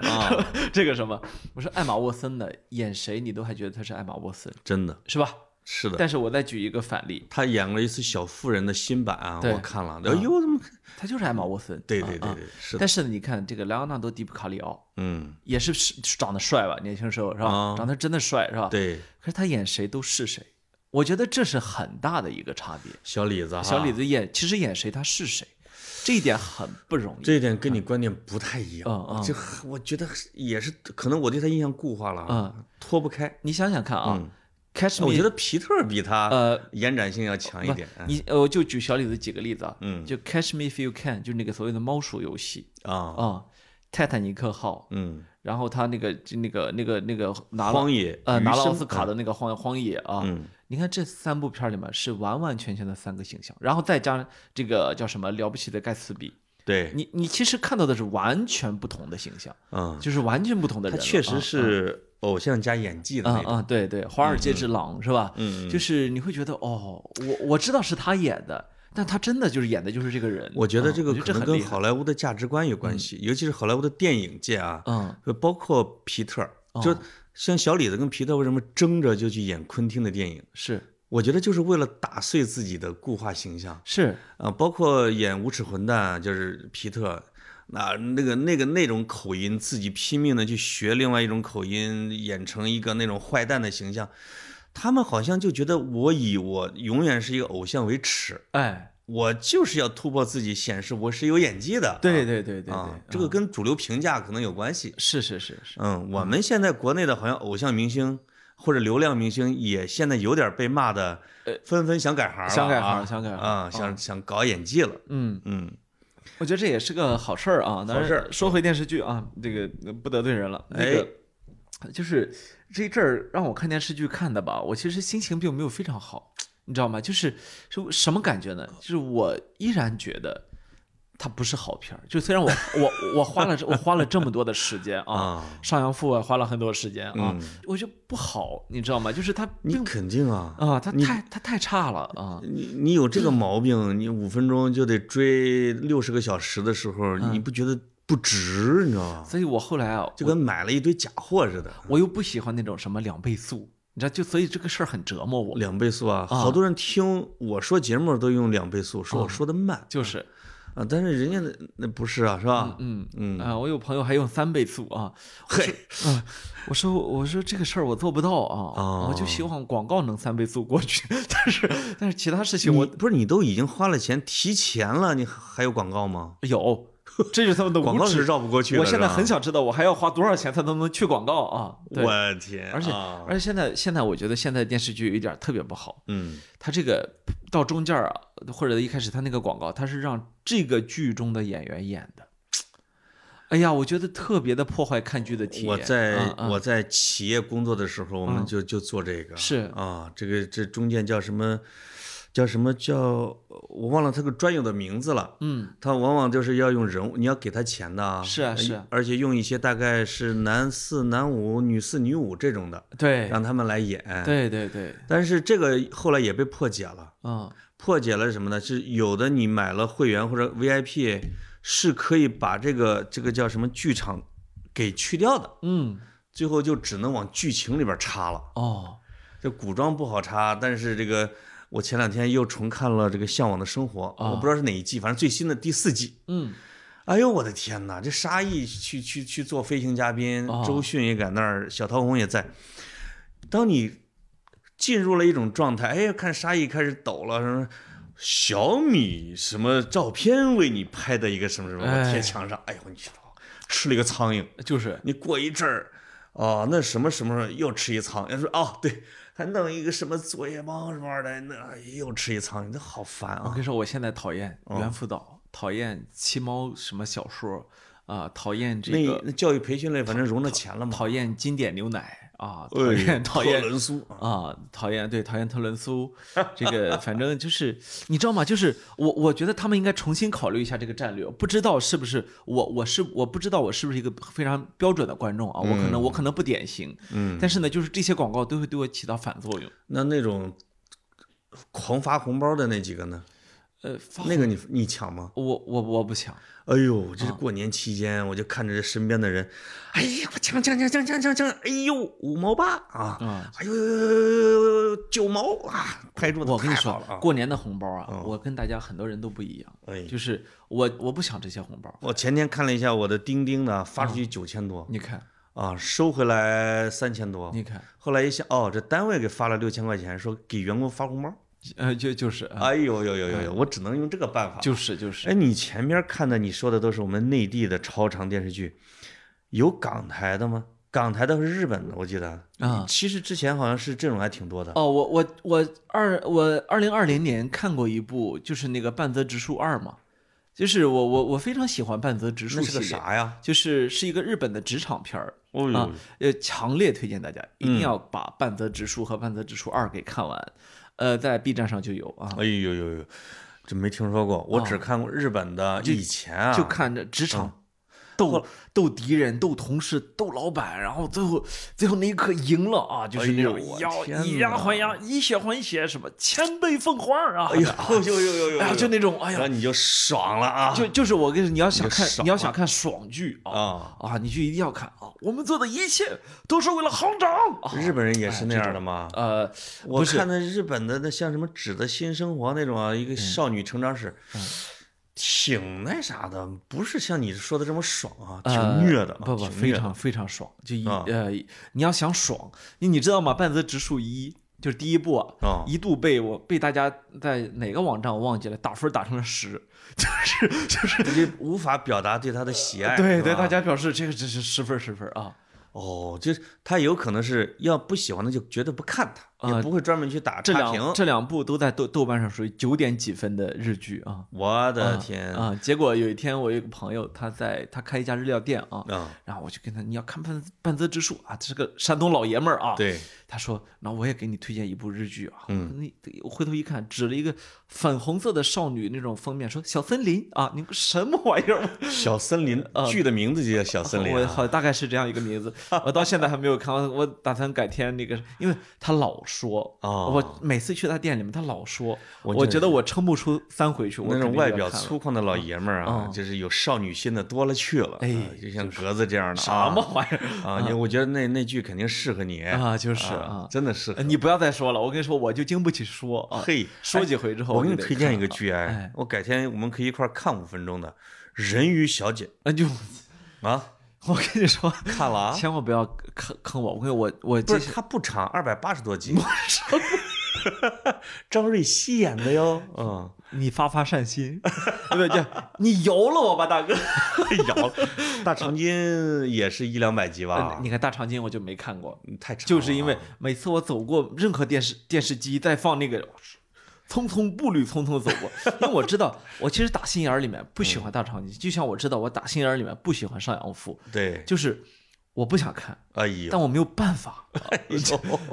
S2: 啊，
S1: [LAUGHS] 这个什么，我说艾玛沃森的演谁你都还觉得他是艾玛沃森
S2: 真的
S1: 是吧？
S2: 是的。
S1: 但是我再举一个反例，
S2: 他演过一次《小妇人》的新版啊，
S1: 对
S2: 我看了，哎呦，怎么？
S1: 他就是艾玛沃森。
S2: 对
S1: 啊
S2: 对对
S1: 啊
S2: 对，是的，
S1: 但是呢，你看这个莱昂纳多·迪普卡里奥
S2: 嗯，
S1: 也是是长得帅吧，年轻时候是吧？
S2: 啊
S1: 长得真的帅是吧？。
S2: 对，
S1: 可是他演谁都是谁，我觉得这是很大的一个差别。
S2: 小李子哈，啊
S1: 小李子演其实演谁他是谁，这一点很不容易。
S2: 这一点跟你观点不太一样，
S1: 嗯嗯
S2: 就我觉得也是，可能我对他印象固化了，
S1: 嗯，
S2: 脱不开。
S1: 你想想看啊、
S2: 嗯
S1: c a t c h Me，
S2: 我觉得皮特比他
S1: 呃
S2: 延展性要强一点，
S1: 不你呃，我就举小李子几个例子啊，
S2: 嗯
S1: 就 Catch Me If You Can，就那个所谓的猫鼠游戏
S2: 啊，
S1: 啊，泰坦尼克号，
S2: 嗯，
S1: 然后他那个就那个那个那个拿了
S2: 荒野
S1: 呃拿了奥
S2: 了
S1: 斯卡的那个荒荒野啊，
S2: 嗯
S1: 你看这三部片儿里面是完完全全的三个形象，然后再加上这个叫什么了不起的盖茨比，
S2: 对，
S1: 你你其实看到的是完全不同的形象，
S2: 嗯，
S1: 就是完全不同的
S2: 他
S1: 人了，
S2: 确实
S1: 啊
S2: 是偶像加演技的
S1: 啊
S2: 那种，
S1: 啊，对对，《华尔街之狼》是吧？
S2: 嗯，嗯
S1: 就是你会觉得哦，我我知道是他演的，但他真的就是演的就是这个人。
S2: 我觉得这个
S1: 嗯我
S2: 可能
S1: 很
S2: 跟
S1: 厉害
S2: 好莱坞的价值观有关系，尤其是好莱坞的电影界啊，
S1: 嗯哦
S2: 就包括皮特儿，就像小李子跟皮特为什么争着就去演昆汀的电影？
S1: 是
S2: 我觉得就是为了打碎自己的固化形象
S1: 是
S2: 啊、包括演《无耻混蛋》就是皮特。那那个那个那种口音，自己拼命的去学另外一种口音，演成一个那种坏蛋的形象，他们好像就觉得我以我永远是一个偶像为耻，
S1: 哎，
S2: 我就是要突破自己，显示我是有演技的。
S1: 对对
S2: 啊
S1: 对对对，嗯
S2: 啊，这个跟主流评价可能有关系。
S1: 是是是是，
S2: 嗯，我们现在国内的好像偶像明星或者流量明星也现在有点被骂的，纷纷想改行了啊，
S1: 呃想改行想改行
S2: 啊，想想搞演技了。
S1: 嗯，
S2: 嗯，
S1: 我觉得这也是个好事儿啊。当
S2: 好事儿哎
S1: 然，说回电视剧啊，这个呃不得罪人了，那个。就是这一阵儿让我看电视剧看的吧，我其实心情并没有非常好，你知道吗？就是是什么感觉呢？就是我依然觉得它不是好片儿。就虽然我我我花了我花了这么多的时间啊，
S2: 啊
S1: 上阳赋》啊花了很多时间啊，
S2: 嗯
S1: 我觉得不好，你知道吗？就是它
S2: 你
S1: 并
S2: 肯定啊，
S1: 啊，它太它太差了啊。
S2: 你你有这个毛
S1: 嗯
S2: 病，你五分钟就得追六十个小时的时候，
S1: 嗯
S2: 你不觉得不值，你知道吗？
S1: 所以我后来啊，
S2: 就跟买了一堆假货似的，
S1: 我又不喜欢那种什么两倍速，你知道，就所以这个事儿很折磨我，
S2: 两倍速啊！好多人听我说节目都用两倍
S1: 啊
S2: 速，说我说的慢
S1: 就是
S2: 啊，但是人家那那不是啊，是吧？
S1: 嗯
S2: 嗯
S1: 啊、我有朋友还用三倍速啊，
S2: 嘿，
S1: 啊，我说我说这个事儿我做不到啊，
S2: 哦
S1: 我就希望广告能三倍速过去， [LAUGHS] 但是但是其他事情
S2: 我
S1: 我
S2: 不是你都已经花了钱提前了，你还还有广告吗？
S1: 有，这就是他们的
S2: 广
S1: 呃无
S2: 告是
S1: 耻。
S2: 绕不过去的。
S1: 我现在
S2: 是吧
S1: 很，想知道我还要花多少钱才能能去广告啊？对，
S2: 我天，
S1: 而且、
S2: 啊
S1: 而且现在现在我觉得现在电视剧有一点特别不好，
S2: 嗯
S1: 它这个到中间儿啊，或者一开始它那个广告，它是让这个剧中的演员演的。哎呀，我觉得特别的破坏看剧的体验。
S2: 我在
S1: 嗯嗯
S2: 我在企业工作的时候，我们就就做这个
S1: 是
S2: 啊，这个这中间叫什么？叫什么叫我忘了它个专有的名字了。
S1: 嗯，
S2: 它往往就是要用人物，你要给他钱的啊。
S1: 是啊是啊
S2: 而且用一些大概是男四、男五、女四、女五这种的，
S1: 对
S2: 让他们来演。。
S1: 对对对，
S2: 但是这个后来也被破解了。
S1: 嗯，
S2: 破解了什么呢？是有的你买了会员或者 VIP，是可以把这个这个叫什么剧场给去掉的，
S1: 嗯，
S2: 最后就只能往剧情里边插了。
S1: 哦，
S2: 这古装不好插，但是这个我前两天又重看了这个《向往的生活》
S1: 啊
S2: 我不知道是哪一季，反正最新的第四季。
S1: 嗯，
S2: 哎呦我的天哪！这沙溢去去去做飞行嘉宾，
S1: 啊
S2: 周迅也在那儿，小陶虹也在。当你进入了一种状态，哎，看沙溢开始抖了，什么小米什么照片为你拍的一个什么什么，我贴
S1: 哎
S2: 墙上，哎呦你知道，吃了一个苍蝇。
S1: 就是
S2: 你过一阵儿，哦，那什么什么又吃一苍蝇，说哦对，还弄一个什么作业帮什么玩意儿的，那哎又吃一苍蝇，这好烦
S1: 我
S2: 啊
S1: 跟！你说，我现在讨厌
S2: 哦
S1: 猿辅导，讨厌七猫什么小说啊、讨厌这
S2: 那
S1: 个，
S2: 那教育培训类反正融了钱了嘛，
S1: 讨厌经典牛奶啊，
S2: 哎呦
S1: 讨厌讨厌
S2: 特伦苏啊
S1: 啊，讨厌对讨厌特伦苏，这个反正就是你知道吗？就是我我觉得他们应该重新考虑一下这个战略，不知道是不是我我是我不知道我是不是一个非常标准的观众啊，我
S2: 嗯
S1: 可能我可能不典型，嗯，但是呢，就是这些广告都会对我起到反作用。
S2: 那那种狂发红包的那几个呢？嗯
S1: 呃，发
S2: 那个你你抢吗？
S1: 我我我不想，
S2: 哎呦，这是过年期间，我就看着这身边的人，哎呀，我抢抢抢抢抢抢抢，哎呦，五毛八啊
S1: 啊，
S2: 哎呦呦呦呦呦呦，九毛啊，拍桌子
S1: 我跟你
S2: 太
S1: 说
S2: 好了啊，
S1: 过年的红包啊，我跟大家很多人都不一样，
S2: 哎
S1: 就是我我不想这些红包。
S2: 我前天看了一下我的钉钉呢，发出去九千多
S1: 你看，
S2: 啊，收回来三千多。
S1: 你看，
S2: 后来一想，哦，这单位给发了六千块钱，说给员工发红包。
S1: 呃，就就是啊，
S2: 哎呦呦呦呦呦，我只能用这个办法。
S1: 就是就是，
S2: 哎，你前面看的你说的都是我们内地的超长电视剧，有港台的吗？港台的和日本的，我记得
S1: 啊
S2: 其实之前好像是这种还挺多的。
S1: 哦，我我我二我二零二零年看过一部，就是那个半泽直树二嘛，就是我我我非常喜欢半泽直树
S2: 那是
S1: 系
S2: 个
S1: 列，
S2: 啥呀？
S1: 就是是一个日本的职场片儿，
S2: 哦
S1: 啊，呃，强烈推荐大家一定要把《半泽直树》和《半泽直树二》给看完，呃，在 B 站上就有啊，
S2: 哎呦呦呦，这没听说过，我只看过日本的。以前啊，
S1: 哦就看着职场斗斗敌人、斗同事、斗老板，然后最后最后那一刻赢了啊，就是那种
S2: 哎呦我
S1: 以牙
S2: 天
S1: 以牙
S2: 哪
S1: 还牙，以血还血，什么千倍奉还啊， [LAUGHS]
S2: 哎呦呦呦呦呦
S1: 哎呀，
S2: 呦，
S1: 就那种哎呀
S2: 然后，你就爽了啊！
S1: 就就是我跟你说，你要想
S2: 你就
S1: 看，
S2: 爽
S1: 你要想看爽剧啊
S2: 啊，
S1: 啊，你就一定要看啊！我们做的一切都是为了行长啊！
S2: 日本人也是那样的吗？
S1: 呃，
S2: 我
S1: 不是嗯
S2: 看的日本的那像什么《纸的新生活》那种啊，一个少女成长史，挺那啥的，不是像你说的这么爽啊，
S1: 呃
S2: 挺虐的啊，
S1: 不不，
S2: 挺
S1: 非
S2: 虐的
S1: 常非常爽。就一
S2: 啊
S1: 呃，你要想爽，你你知道吗？半泽直树一就是第一部啊，
S2: 啊，
S1: 一度被我被大家在哪个网站我忘记了打分打成了十，就是就是
S2: 你无法表达对他的喜爱。
S1: [LAUGHS] 对
S2: 哎是
S1: 对，
S2: 吧
S1: 大家表示这个这是十分十分啊。
S2: 哦，就是他有可能是要不喜欢的就绝对不看他，
S1: 啊
S2: 也不会专门去打
S1: 这
S2: 差
S1: 两
S2: 评。
S1: 这两部都在豆豆瓣上属于九点几分的日剧啊。
S2: 我的
S1: 啊
S2: 天
S1: 啊！结果有一天，我有一个朋友，他在他开一家日料店啊，
S2: 啊！
S1: 然后我就跟他，你要看半半泽直树啊，这是个山东老爷们儿啊。，
S2: 对，
S1: 他说，那我也给你推荐一部日剧啊。
S2: 嗯
S1: 你我回头一看，指了一个粉红色的少女那种封面，说小森林啊，你什么玩意儿？
S2: 小森林剧的名字就叫小森林
S1: 嗯呃我
S2: 啊，
S1: 好大概是这样一个名
S2: [LAUGHS]
S1: 字，我到现在还没有看完，我打算改天那个，因为他老说。
S2: 哦
S1: 我每次去他店里面，他老说，
S2: 我
S1: 我
S2: 真
S1: 觉得我撑不出三回去。我
S2: 那
S1: 肯
S2: 种
S1: 定
S2: 外
S1: 要
S2: 表
S1: 看了
S2: 粗犷的老爷们儿啊，
S1: 嗯
S2: 就是有少女心的多了去了，
S1: 哎
S2: 啊就像格子这样的
S1: 什
S2: 啊
S1: 么玩意儿？
S2: 啊，你我觉得那那剧肯定适合你
S1: 啊就是啊
S2: 真的适合
S1: 呃。 [LAUGHS] 你不要再说了，我跟你说，我就经不起说啊。
S2: 嘿，
S1: 说
S2: 哎
S1: 几回之后，
S2: 我给
S1: 就
S2: 你
S1: 得
S2: 推荐
S1: 看
S2: 一个
S1: 了，
S2: 剧
S1: 哎
S2: 哎，我改天我们可以一块儿看五分钟的《人鱼小姐》
S1: 那啊就
S2: 啊，
S1: [LAUGHS] 我跟你说，
S2: 看了啊，
S1: 千万不要坑坑我，我跟你我我
S2: 不
S1: 这
S2: 是它不长，二百八十多集， [LAUGHS] 张瑞希演
S1: [LAUGHS]
S2: 的哟，嗯，
S1: 你发发善 [LAUGHS] 心，对不对？你饶了我吧，大哥。
S2: 咬大长今也是一两百集
S1: [LAUGHS]
S2: 吧，
S1: 呃你看大长今我就没看过，
S2: 太长了啊，
S1: 就是因为每次我走过任何电视电视机再放那个。匆匆步履匆匆走 [LAUGHS] 过，因为我知道，我其实打心眼儿里面不喜欢大长今，就像我知道我打心眼儿里面不喜欢上阳赋，
S2: 对，
S1: 就是我不想看，
S2: 哎呦，
S1: 但我没有办法，
S2: [LAUGHS] 哎呦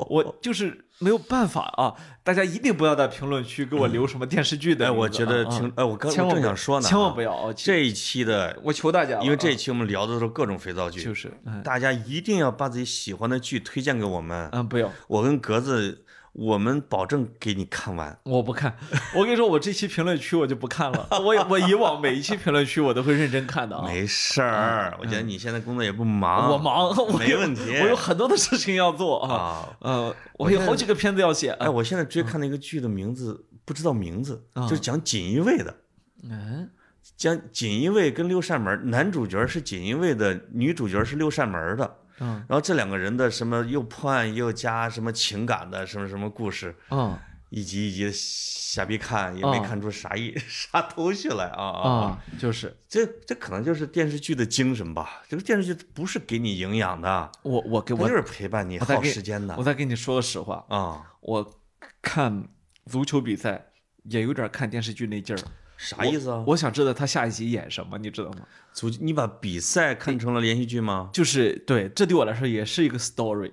S1: 我就是没有办法啊！大家一定不要在评论区给我留什么电视剧的
S2: 哎，
S1: 名字啊。
S2: 我觉得
S1: 啊
S2: 挺，哎，我刚
S1: 千
S2: 我
S1: 万
S2: 正
S1: 不
S2: 想说呢啊，
S1: 千万不要啊！
S2: 这一期的，
S1: 我求大家了啊，
S2: 因为这一期我们聊的都是各种肥皂剧，
S1: 就是嗯
S2: 大家一定要把自己喜欢的剧推荐给我们。
S1: 嗯不要，
S2: 我跟格子，我们保证给你看完。
S1: 我不
S2: [LAUGHS]
S1: 看。我跟你说，我这期评论区我就不看了。我我以往每一期评论区我都会认真看的啊。
S2: 没事儿，我觉得你现在工作也不忙，
S1: 嗯我忙，我
S2: 没
S1: 有
S2: 问题
S1: 我有很多的事情要做啊。
S2: 啊。
S1: 呃，我有好几个片子要写。
S2: 哎，
S1: 啊
S2: 我现在追看那个剧的名字不知道名字，
S1: 啊
S2: 就是讲锦衣卫的，
S1: 嗯，
S2: 讲锦衣卫跟六扇门，男主角是锦衣卫的，女主角是六扇门的。
S1: 嗯
S2: 然后这两个人的什么又破案又加什么情感的什么什么故事，
S1: 嗯
S2: 一集一集的瞎逼看，也没
S1: 啊
S2: 看出啥意、 [LAUGHS] 啥头绪来啊啊！啊
S1: 啊，就是
S2: 这这可能就是电视剧的精神吧。这个电视剧不是给你营养的，
S1: 我我给
S2: 它
S1: 我
S2: 就是陪伴你
S1: 我再
S2: 耗
S1: 给
S2: 时间的
S1: 我再跟你说个实话，
S2: 啊。
S1: 我看足球比赛也有点看电视剧那劲儿。
S2: 啥意思啊？
S1: 我想知道他下一集演什么，你知道吗？
S2: 足，你把比赛看成了连续剧吗？
S1: 就是对，这对我来说也是一个 story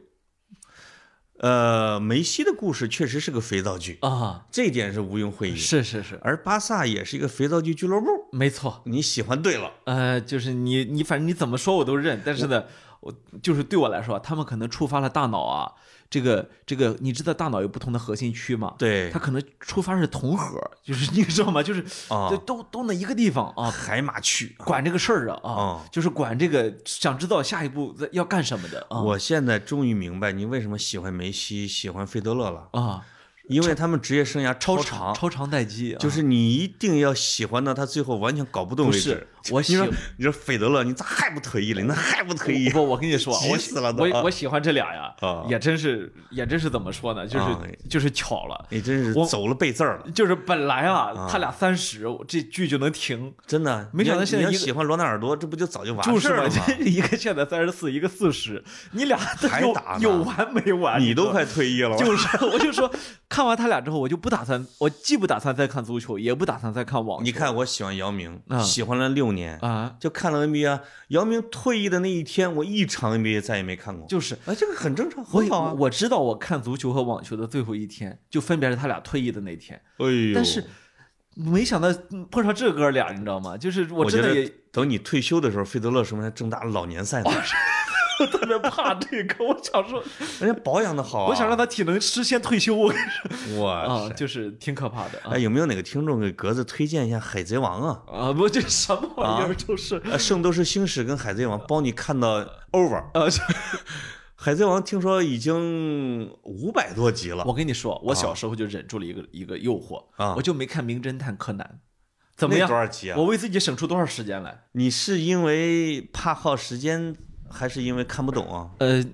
S2: 呃，梅西的故事确实是个肥皂剧，
S1: 啊。
S2: 这一点是毋庸讳言。
S1: 是是是，
S2: 而巴萨也是一个肥皂剧俱乐部，
S1: 没错。
S2: 你喜欢对了。
S1: 呃，就是你你反正你怎么说我都认，但是呢，我就是对我来说，啊他们可能触发了大脑啊，这个这个，你知道大脑有不同的核心区嘛？
S2: 对
S1: 它，可能触发是同核，就是你知道吗？就是
S2: 啊
S1: 就都都那一个地方啊，
S2: 海马区
S1: 管这个事儿啊啊
S2: 啊，
S1: 就是管这个想知道下一步要干什么的啊
S2: 我现在终于明白你为什么喜欢梅西、喜欢费德勒了，
S1: 啊。
S2: 因为他们职业生涯超
S1: 超长待机啊，
S2: 就是你一定要喜欢到他最后完全搞不动
S1: 不
S2: 为
S1: 是
S2: 止。
S1: 我
S2: [LAUGHS] 你
S1: 喜
S2: 说你说费德勒，你咋还不退役了？你咋还不退役？
S1: 不，我跟你说，我
S2: [LAUGHS] 急死了都啊
S1: 我我喜欢这俩呀
S2: [LAUGHS] 啊，
S1: 也真是也真是怎么说呢，就
S2: 啊
S1: 是就是巧了，
S2: 你真是
S1: 我
S2: 走了背字儿了，
S1: 就是本来啊，他俩三十，这剧就能停，
S2: 真的。
S1: 没想到
S2: 你要
S1: 现在
S2: 你
S1: 一
S2: 要
S1: 个
S2: 喜欢罗纳尔多，这不就早就完
S1: 就
S2: 事
S1: 是
S2: 儿
S1: 嘛，
S2: 了吗？
S1: 这 [LAUGHS] 一个现在三十四，一个四十，你俩都
S2: 还
S1: 有
S2: 打呢
S1: 有完没完？
S2: 你都
S1: [LAUGHS] 知道吗
S2: 快退役了，
S1: 就是，我就说，看完他俩之后，我就不打算，我既不打算再看足球，也不打算再看网球。
S2: 你看我喜欢姚明，
S1: 啊
S2: 喜欢了六年，
S1: 啊，
S2: 就看了 NBA 啊。姚明退役的那一天，我一场 NBA 再也没看过。
S1: 就是
S2: 啊，这个很正常，
S1: 我
S2: 很好啊。
S1: 我知道我看足球和网球的最后一天，就分别是他俩退役的那天，
S2: 哎呦，
S1: 但是没想到嗯碰上这哥俩，你知道吗？就是我
S2: 我觉
S1: 真的
S2: 得
S1: 也
S2: 等你退休的时候，费德勒什么还正打老年赛呢，
S1: 特别怕这个，我想说，
S2: 人家保养的好啊。
S1: [LAUGHS] 我想让他体能实现退休，我跟你说
S2: 哇
S1: 啊，
S2: 塞，
S1: 就是挺可怕的啊
S2: 哎，有没有哪个听众给格子推荐一下《海贼王》
S1: [LAUGHS]
S2: 啊？
S1: 啊！不，这什么玩意儿，
S2: 啊
S1: 就是
S2: 呃，《圣斗士星矢》跟《海贼王》帮你看到 over，《
S1: 呃，这
S2: [LAUGHS] 海贼王》听说已经五百多集了
S1: 我。跟你说，我小时候就忍住了一个一个诱惑
S2: 啊
S1: 我就没看《名侦探柯南》，怎么
S2: 那
S1: 样
S2: 多？少集啊？
S1: 我为自己省出多少时间来？
S2: 你是因为怕耗时间，还是因为看不懂啊？
S1: 呃，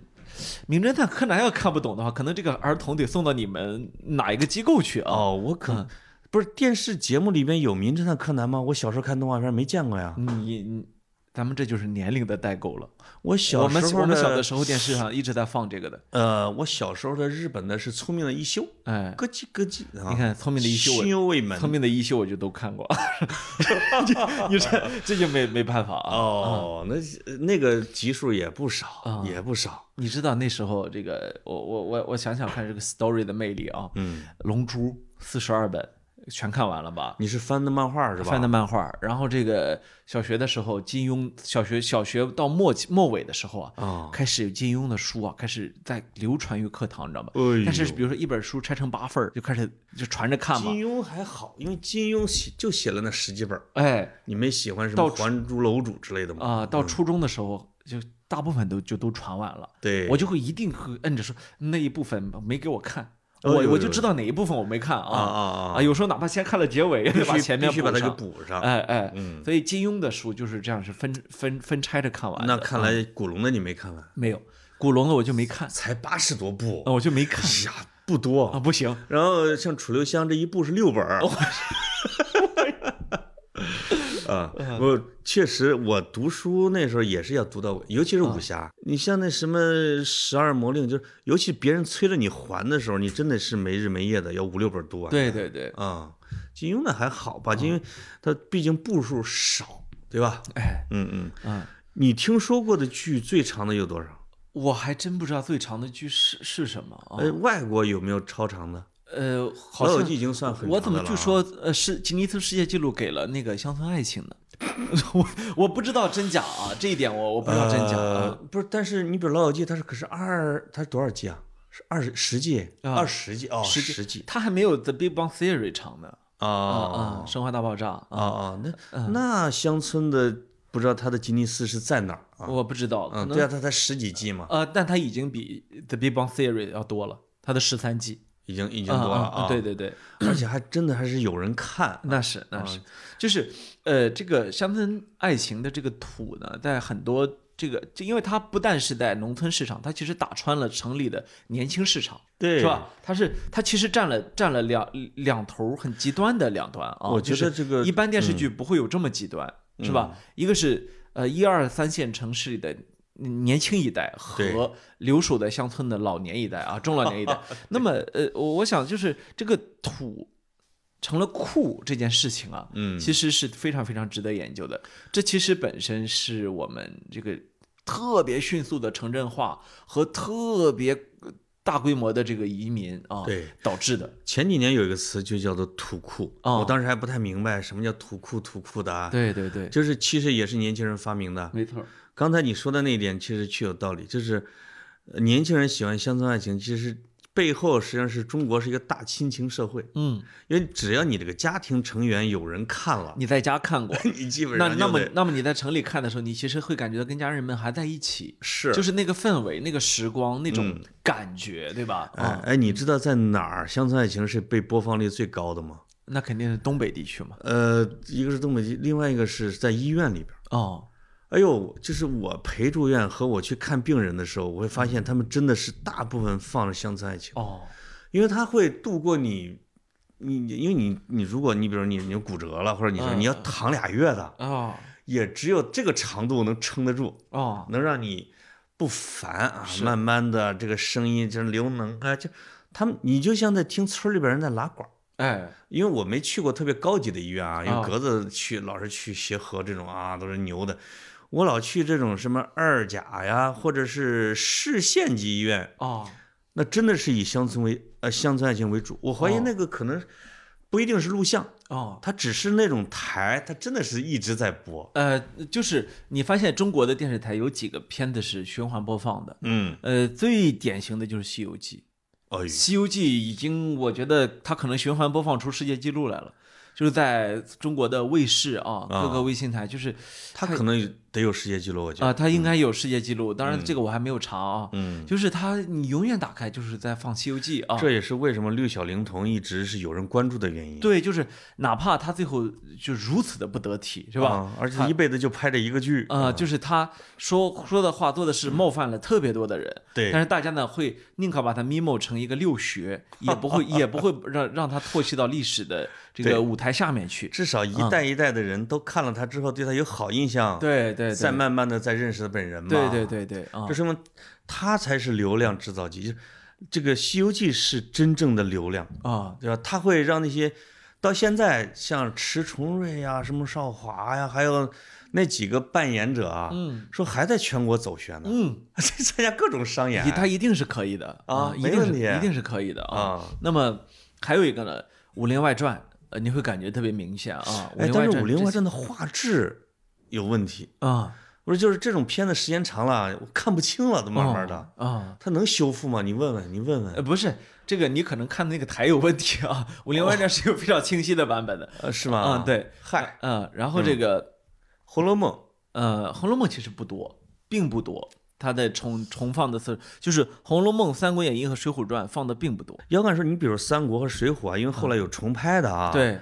S1: 名侦探柯南要看不懂的话，可能这个儿童得送到你们哪一个机构去啊？
S2: 哦，我可、不是电视节目里边有《名侦探柯南》吗？我小时候看动画片没见过呀。
S1: 你你，咱们这就是年龄的代沟了。
S2: 我小
S1: 我
S2: 时
S1: 们
S2: 候
S1: 我们小的时候电视上一直在放这个
S2: [LAUGHS]
S1: 的，
S2: 呃，我小时候的日本的是《聪明的一休》，
S1: 哎，
S2: 咯叽咯叽啊。
S1: 你看《聪明的一休
S2: 心》忧未
S1: 我，
S2: 泯
S1: 《聪明的一休》我就都看
S2: [LAUGHS]
S1: 过， [LAUGHS] 你你这这就没没办法啊。
S2: 哦，那那个集数也不少，
S1: 啊
S2: 也不少。
S1: 你知道那时候这个，我我我我想想看这个 story 的魅力啊，
S2: 嗯，
S1: 《龙珠》四十二本全看完了吧？
S2: 你是翻的漫画是吧？哦
S1: 翻的漫画，然后这个小学的时候，金庸小学小学到末期末尾的时候啊，
S2: 啊，
S1: 开始有金庸的书啊，开始在流传于课堂，你知道吗？
S2: 哎呦
S1: 但是比如说一本书拆成八份儿，就开始就传着看嘛
S2: 金。庸还好，因为金庸写就写了那十几本儿，
S1: 哎
S2: 你没喜欢什么
S1: 到
S2: 《还珠楼主》之类的吗？
S1: 啊、到初中的时候就大部分都就都传完了，
S2: 对，
S1: 我就会一定会摁着说那一部分没给我看，
S2: 哎
S1: 我
S2: 呦
S1: 我
S2: 呦
S1: 就
S2: 呦
S1: 知道哪一部分我没看
S2: 啊
S1: 啊
S2: 啊啊，
S1: 有时候哪怕先看了结尾，也
S2: 必
S1: 得把
S2: 须
S1: 前面
S2: 必须把它给
S1: 上
S2: 补上。
S1: 哎哎，
S2: 嗯
S1: 所以金庸的书就是这样，是分分分拆着看完的。嗯
S2: 那看来古龙的你没看完，
S1: 没有古龙的我就没看，
S2: 才八十多部
S1: 啊，我就没看
S2: 哎呀，不
S1: 啊，
S2: 多。
S1: 不
S2: [LAUGHS]
S1: 行，
S2: 然后像《楚留香》这一部是六本
S1: 哦
S2: 儿， [LAUGHS] 啊，
S1: 哎
S2: 我确实，我读书那时候也是要读到尾，尤其是武
S1: 啊
S2: 侠。你像那什么《十二魔令》，就是尤其别人催着你还的时候，你真的是没日没夜的要五六本读完。
S1: 对啊对对，
S2: 啊，金庸那还好吧，金庸他毕竟部数少，对吧？
S1: 哎，
S2: 嗯嗯，
S1: 嗯，
S2: 你听说过的剧最长的有多少？
S1: 我还真不知道最长的剧是是什么啊，
S2: 呃，外国有没有超长的？
S1: 呃，好
S2: 老友
S1: 像
S2: 记已经算很长的了
S1: 我
S2: 啊。
S1: 怎么据说呃是吉尼斯世界纪录给了那个乡村爱情呢？ [LAUGHS] 我我不知道真假啊，这一点我我不知道真假
S2: 呃
S1: 啊。
S2: 不是，但是你比如《老友记》，它是可是二，它是多少季啊？是二十十季，
S1: 啊
S2: 二十季哦，
S1: 十季
S2: 十季
S1: 它还没有《The Big Bang Theory》长呢
S2: 啊
S1: 啊嗯啊，《生活大爆炸》
S2: 啊啊！那那乡村的不知道它的吉尼斯是在哪儿啊？
S1: 我不知道，可
S2: 嗯，
S1: 能
S2: 对啊，它才十几季嘛，
S1: 呃，但它已经比《The Big Bang Theory》要多了，它的十三季
S2: 已经已
S1: 已
S2: 经多了啊。
S1: 对，对对，
S2: 而且还真的还是有人看。
S1: 那是那是，就是呃，这个乡村爱情的这个土呢，在很多这个，就因为它不但是在农村市场，它其实打穿了城里的年轻市场，
S2: 对
S1: 是吧？它是它其实占了占了两两头很极端的两端啊。
S2: 我觉
S1: 就是
S2: 得这个嗯
S1: 一般电视剧不会有这么极端，是吧？一个是呃一二三线城市里的。年轻一代
S2: 对
S1: 和留守在乡村的老年一代啊，中老年一
S2: [LAUGHS]
S1: 代。那么，呃，我我想就是这个土成了酷这件事情啊，
S2: 嗯
S1: 其实是非常非常值得研究的。这其实本身是我们这个特别迅速的城镇化和特别呃大规模的这个移民啊，
S2: 对
S1: 导致的。
S2: 前几年有一个词就叫做“土库”，
S1: 哦
S2: 我当时还不太明白什么叫“土库”“土库”的啊，
S1: 对对对，
S2: 就是其实也是年轻人发明的。
S1: 没错。
S2: 刚才你说的那一点其实确有道理，就是呃年轻人喜欢乡村爱情，其实背后实际上是中国是一个大亲情社会，
S1: 嗯，
S2: 因为只要你这个家庭成员有人看了，，
S1: 你在家看过
S2: [LAUGHS] 你基本
S1: 那
S2: 上就
S1: 那么
S2: 得
S1: 那么你在城里看的时候，你其实会感觉到跟家人们还在一起，
S2: 是
S1: 就是那个氛围、那个时光、那种感觉，对吧？
S2: 哎
S1: 啊，
S2: 哎，你知道在哪儿乡村爱情是被播放率最高的吗？
S1: 那肯定是东北地区嘛。
S2: 呃，一个是东北籍，另外一个是在医院里边儿。
S1: 哦，
S2: 哎呦，就是我陪住院和我去看病人的时候，我会发现他们真的是大部分放着乡村爱情，
S1: 哦，
S2: 因为他会度过你，你你因为你你如果你比如你你骨折了，或者你说
S1: 嗯
S2: 你要躺俩月的，
S1: 哦，
S2: 也只有这个长度能撑得住，
S1: 哦，
S2: 能让你不烦啊，
S1: 是
S2: 慢慢的这个声音就是流能啊，就他们你就像在听村里边人在拉管儿。
S1: 哎，
S2: 因为我没去过特别高级的医院啊，因
S1: 啊
S2: 为格子去老是去协和这种啊，都是牛的。我老去这种什么二甲呀，或者是市县级医院，
S1: 哦，
S2: 那真的是以乡村为呃乡村爱情为主。我怀疑
S1: 哦
S2: 那个可能不一定是录像，
S1: 哦，
S2: 它只是那种台，它真的是一直在播。
S1: 呃，就是你发现中国的电视台有几个片子是循环播放的，
S2: 嗯，
S1: 呃，最典型的就是《西游记》。
S2: 哎呦，
S1: 《西游记》已经，我觉得它可能循环播放出世界纪录来了，就是在中国的卫视啊，
S2: 啊
S1: 各个卫星台，就是
S2: 它可能得有世界纪录，我觉得。
S1: 啊，它应该有世界纪录。当然，这个我还没有查啊，
S2: 嗯，
S1: 就是它，你永远打开就是在放《西游记》啊。
S2: 这也是为什么六小龄童一直是有人关注的原因。
S1: 对，就是哪怕他最后就如此的不得体，是
S2: 啊，
S1: 吧？
S2: 而且一辈子就拍这一个剧。
S1: 啊、就是他说说的话、做的事冒犯了特别多的人，
S2: 对
S1: 但是大家呢会宁可把它 memo 成一个六学，
S2: [LAUGHS]
S1: 也不会也不会让让他唾弃到历史的这
S2: 对
S1: 个舞台下面去。
S2: 至少一代一代的人都看了他之后，对他有好印象，
S1: 嗯对对
S2: 再
S1: 对，
S2: 慢慢的再认识他本人嘛。
S1: 对对，对对啊
S2: 这，说明他才是流量制造机。就是这个《西游记》是真正的流量，
S1: 啊
S2: 对吧？他会让那些到现在像迟重瑞呀、什么少华呀，还有那几个扮演者啊，
S1: 嗯
S2: 说还在全国走宣呢， [LAUGHS]
S1: 嗯，
S2: 参加各种商演
S1: 一他一定是可以的
S2: 哎啊
S1: 一
S2: 没
S1: 定
S2: 问
S1: 是
S2: 题
S1: 一定是可以的啊。
S2: 啊。
S1: 那么还有一个呢，《武林外传》，呃，你会感觉特别明显啊。
S2: 哎，但是《武林
S1: 这
S2: 外传》的画质有问题，
S1: 啊，
S2: 不是就是这种片子时间长了，我看不清了，都慢慢的。
S1: 哦啊，
S2: 它能修复吗？你问问，你问
S1: 呃，
S2: 问，
S1: 不是这个，你可能看那个台有问题啊，《武林外传》是有非常清晰的版本的。
S2: 呃，是吗？
S1: 啊，，对，
S2: 哦嗨，
S1: 嗯，然后这个
S2: 《红楼梦》
S1: 呃，《红楼梦》其实不多，并不多，它的重重放的次就是《红楼梦》《三国演义》和《水浒传》放的并不多。
S2: 要敢说，你比如《三国》和《水浒》啊，因为后来有重拍的啊，，
S1: 嗯对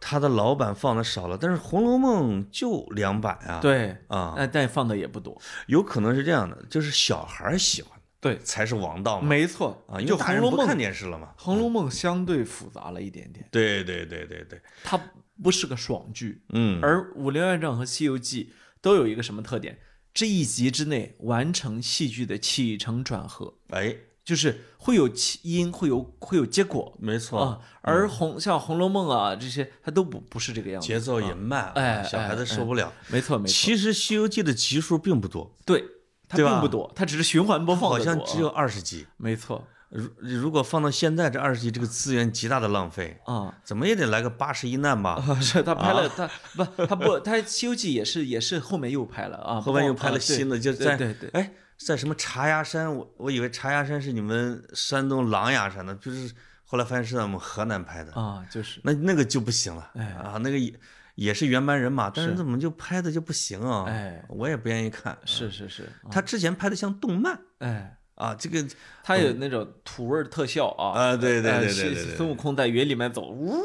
S2: 他的老版放的少了，但是《红楼梦》就两版啊，，
S1: 对，呃
S2: 啊，
S1: 但但放的也不多。
S2: 有可能是这样的，就是小孩儿喜欢
S1: 对，
S2: 才是王道嘛，
S1: 没错
S2: 啊，因
S1: 就《
S2: 为大
S1: 红
S2: 人
S1: 楼
S2: 不
S1: 梦
S2: 看》，电视了嘛，
S1: 《红楼梦》相对复杂了一点点，
S2: 对对对对对，
S1: 它不是个爽剧。
S2: 嗯，
S1: 而《武林外传》和《西游记》都有一个什么特点？这一集之内完成戏剧的起承转合，
S2: 哎，
S1: 就是会有起因，会有会有结果
S2: 没错，
S1: 啊。而红像《红楼梦》啊这些，它都不不是这个样子，
S2: 节奏也慢，啊
S1: 哎
S2: 小孩子
S1: 哎
S2: 受不了。
S1: 没错没错，
S2: 其实《西游记》的集数并不多，
S1: 对，它
S2: 对吧
S1: 并不多，它只是循环播放
S2: 好
S1: 的多啊，
S2: 像只有二十集。
S1: 没错
S2: 如如果放到现在，这二十集这个资源极大的浪费。
S1: 啊。
S2: 怎么也得来个八十一难吧？
S1: 啊是他拍了，他不，他不，他《西游记》也是，也是后面又拍了啊，
S2: 后面又
S1: 不光
S2: 拍了新的，
S1: 啊对
S2: 就在
S1: 对对对，
S2: 哎，在什么茶崖山？我我以为茶崖山是你们山东狼牙山的，就是后来发现是在我们河南拍的，
S1: 啊，就是
S2: 那那个就不行了，
S1: 哎
S2: 啊，那个也也是原班人马，但是
S1: 是
S2: 怎么就拍的就不行啊？
S1: 哎
S2: 我也不愿意看。
S1: 是是是，啊
S2: 他之前拍的像动漫
S1: 哎，
S2: 啊，这个
S1: 它有那种土味儿特效啊，
S2: 啊，对对
S1: 呃
S2: 对
S1: 是
S2: 对对对。
S1: 孙悟空在云里面走，呜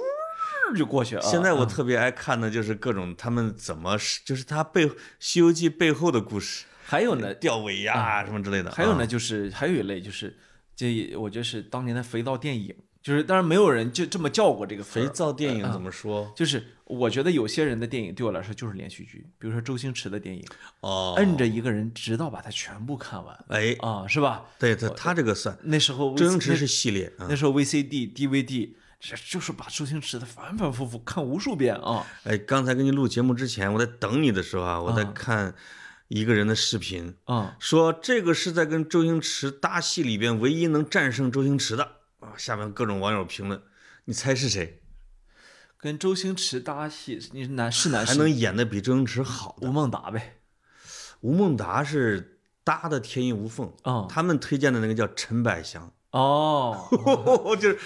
S1: 就过去啊。
S2: 现在我特别爱看的就是各种他们怎么是，就是他背《西游记》背后的故事，
S1: 还有呢，
S2: 吊尾呀、什么之类的。
S1: 还有
S2: 啊
S1: 呢，就是还有一类就是，这我觉得是当年的肥皂电影，就是当然没有人就这么叫过这个词儿
S2: 肥，皂电
S1: 呃
S2: 影怎么说？
S1: 就是我觉得有些人的电影对我来说就是连续剧，比如说周星驰的电影，
S2: 哦，
S1: 摁着一个人直到把它全部看完
S2: 哎，
S1: 啊，是吧？
S2: 对他他这个算，
S1: 那时候
S2: 周
S1: VC
S2: 星驰是系列啊
S1: 那。时候 VCD、DVD，这就是把周星驰的反反复复看无数遍啊。
S2: 哎，刚才跟你录节目之前，我在等你的时候啊，我在
S1: 啊
S2: 看一个人的视频，
S1: 啊、
S2: 说这个是在跟周星驰搭戏里边唯一能战胜周星驰的啊。下面各种网友评论，你猜是谁？
S1: 跟周星驰搭戏，你是男是男
S2: 还
S1: 啊是
S2: 能
S1: 女
S2: 演的比周星驰好的？
S1: 吴孟达呗？
S2: 吴孟达是搭的天衣无缝。
S1: 啊、
S2: 他们推荐的那个叫陈百祥， [LAUGHS]
S1: 哦，
S2: 就是《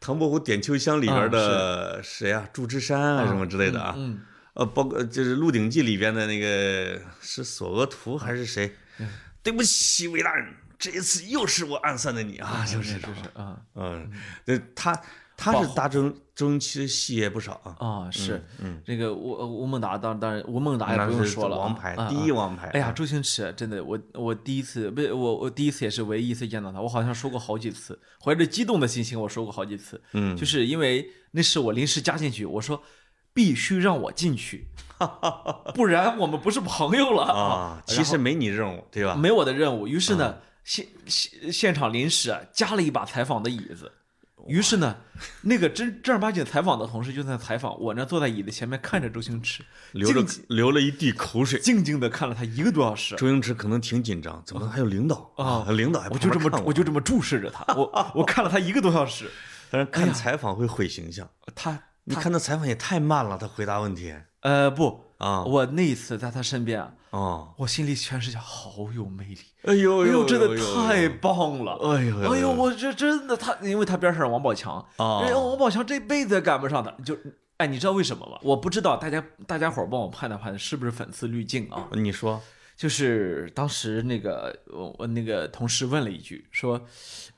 S2: 唐伯虎点秋香》里边的谁啊，祝枝山啊什么之类的啊，
S1: 嗯，
S2: 呃，包括就是《鹿鼎记》里边的那个是索额图还是谁？
S1: 嗯
S2: 对不起，韦啊大人，这一次又是我暗算的你啊，就是
S1: 嗯是是啊，
S2: 嗯，这他他是大中中期戏也不少啊。
S1: 啊，是
S2: 嗯，
S1: 这个吴呃吴孟达，当当然吴孟达也
S2: 那
S1: 不用
S2: 是
S1: 说了啊，
S2: 王牌，
S1: 啊
S2: 第一王牌。
S1: 哎呀，，周星驰真的，我我第一次不是我我第一次也是唯一一次见到他，我好像说过好几次，怀着激动的心情我说过好几次，
S2: 嗯
S1: 就是因为那是我临时加进去，我说必须让我进
S2: [LAUGHS]
S1: 去，不然我们不是朋友了
S2: 啊，其实没你任务，对吧？
S1: 没我的任务。于是
S2: 啊
S1: 呢，现现现场临时啊加了一把采访的椅子。于是呢，那个真正儿八经采访的同事就在采访我呢，坐在椅子前面看着周星驰，
S2: 流了
S1: 静静
S2: 流了一地口水。
S1: 静静的看了他一个多小时。
S2: 周星驰可能挺紧张，怎么还有领导
S1: 啊
S2: 领导还
S1: 我就这
S2: 旁边
S1: 么
S2: 看
S1: 我就这么注视着他，
S2: [LAUGHS]
S1: 我我看了他一个多小时，
S2: 但是看采访会毁形象。
S1: 哎他
S2: 你看 [LAUGHS] 他采访也太慢了，他回答问题
S1: 呃不，
S2: 啊
S1: 我那一次在他身边啊，
S2: 啊！
S1: 我心里全是想，好有魅力，
S2: 哎呦
S1: 哎呦，
S2: 呦，
S1: 真的太棒了。
S2: 哎呦
S1: 哎呦，我这真的他，因为他边上是王宝强，
S2: 啊
S1: 哎呦，王宝强这辈子也赶不上他。就，哎，你知道为什么吗？我不知道，大家大家伙儿帮我判断判断是不是粉丝滤镜啊？
S2: 你说
S1: 就是当时那个我我那个同事问了一句，说，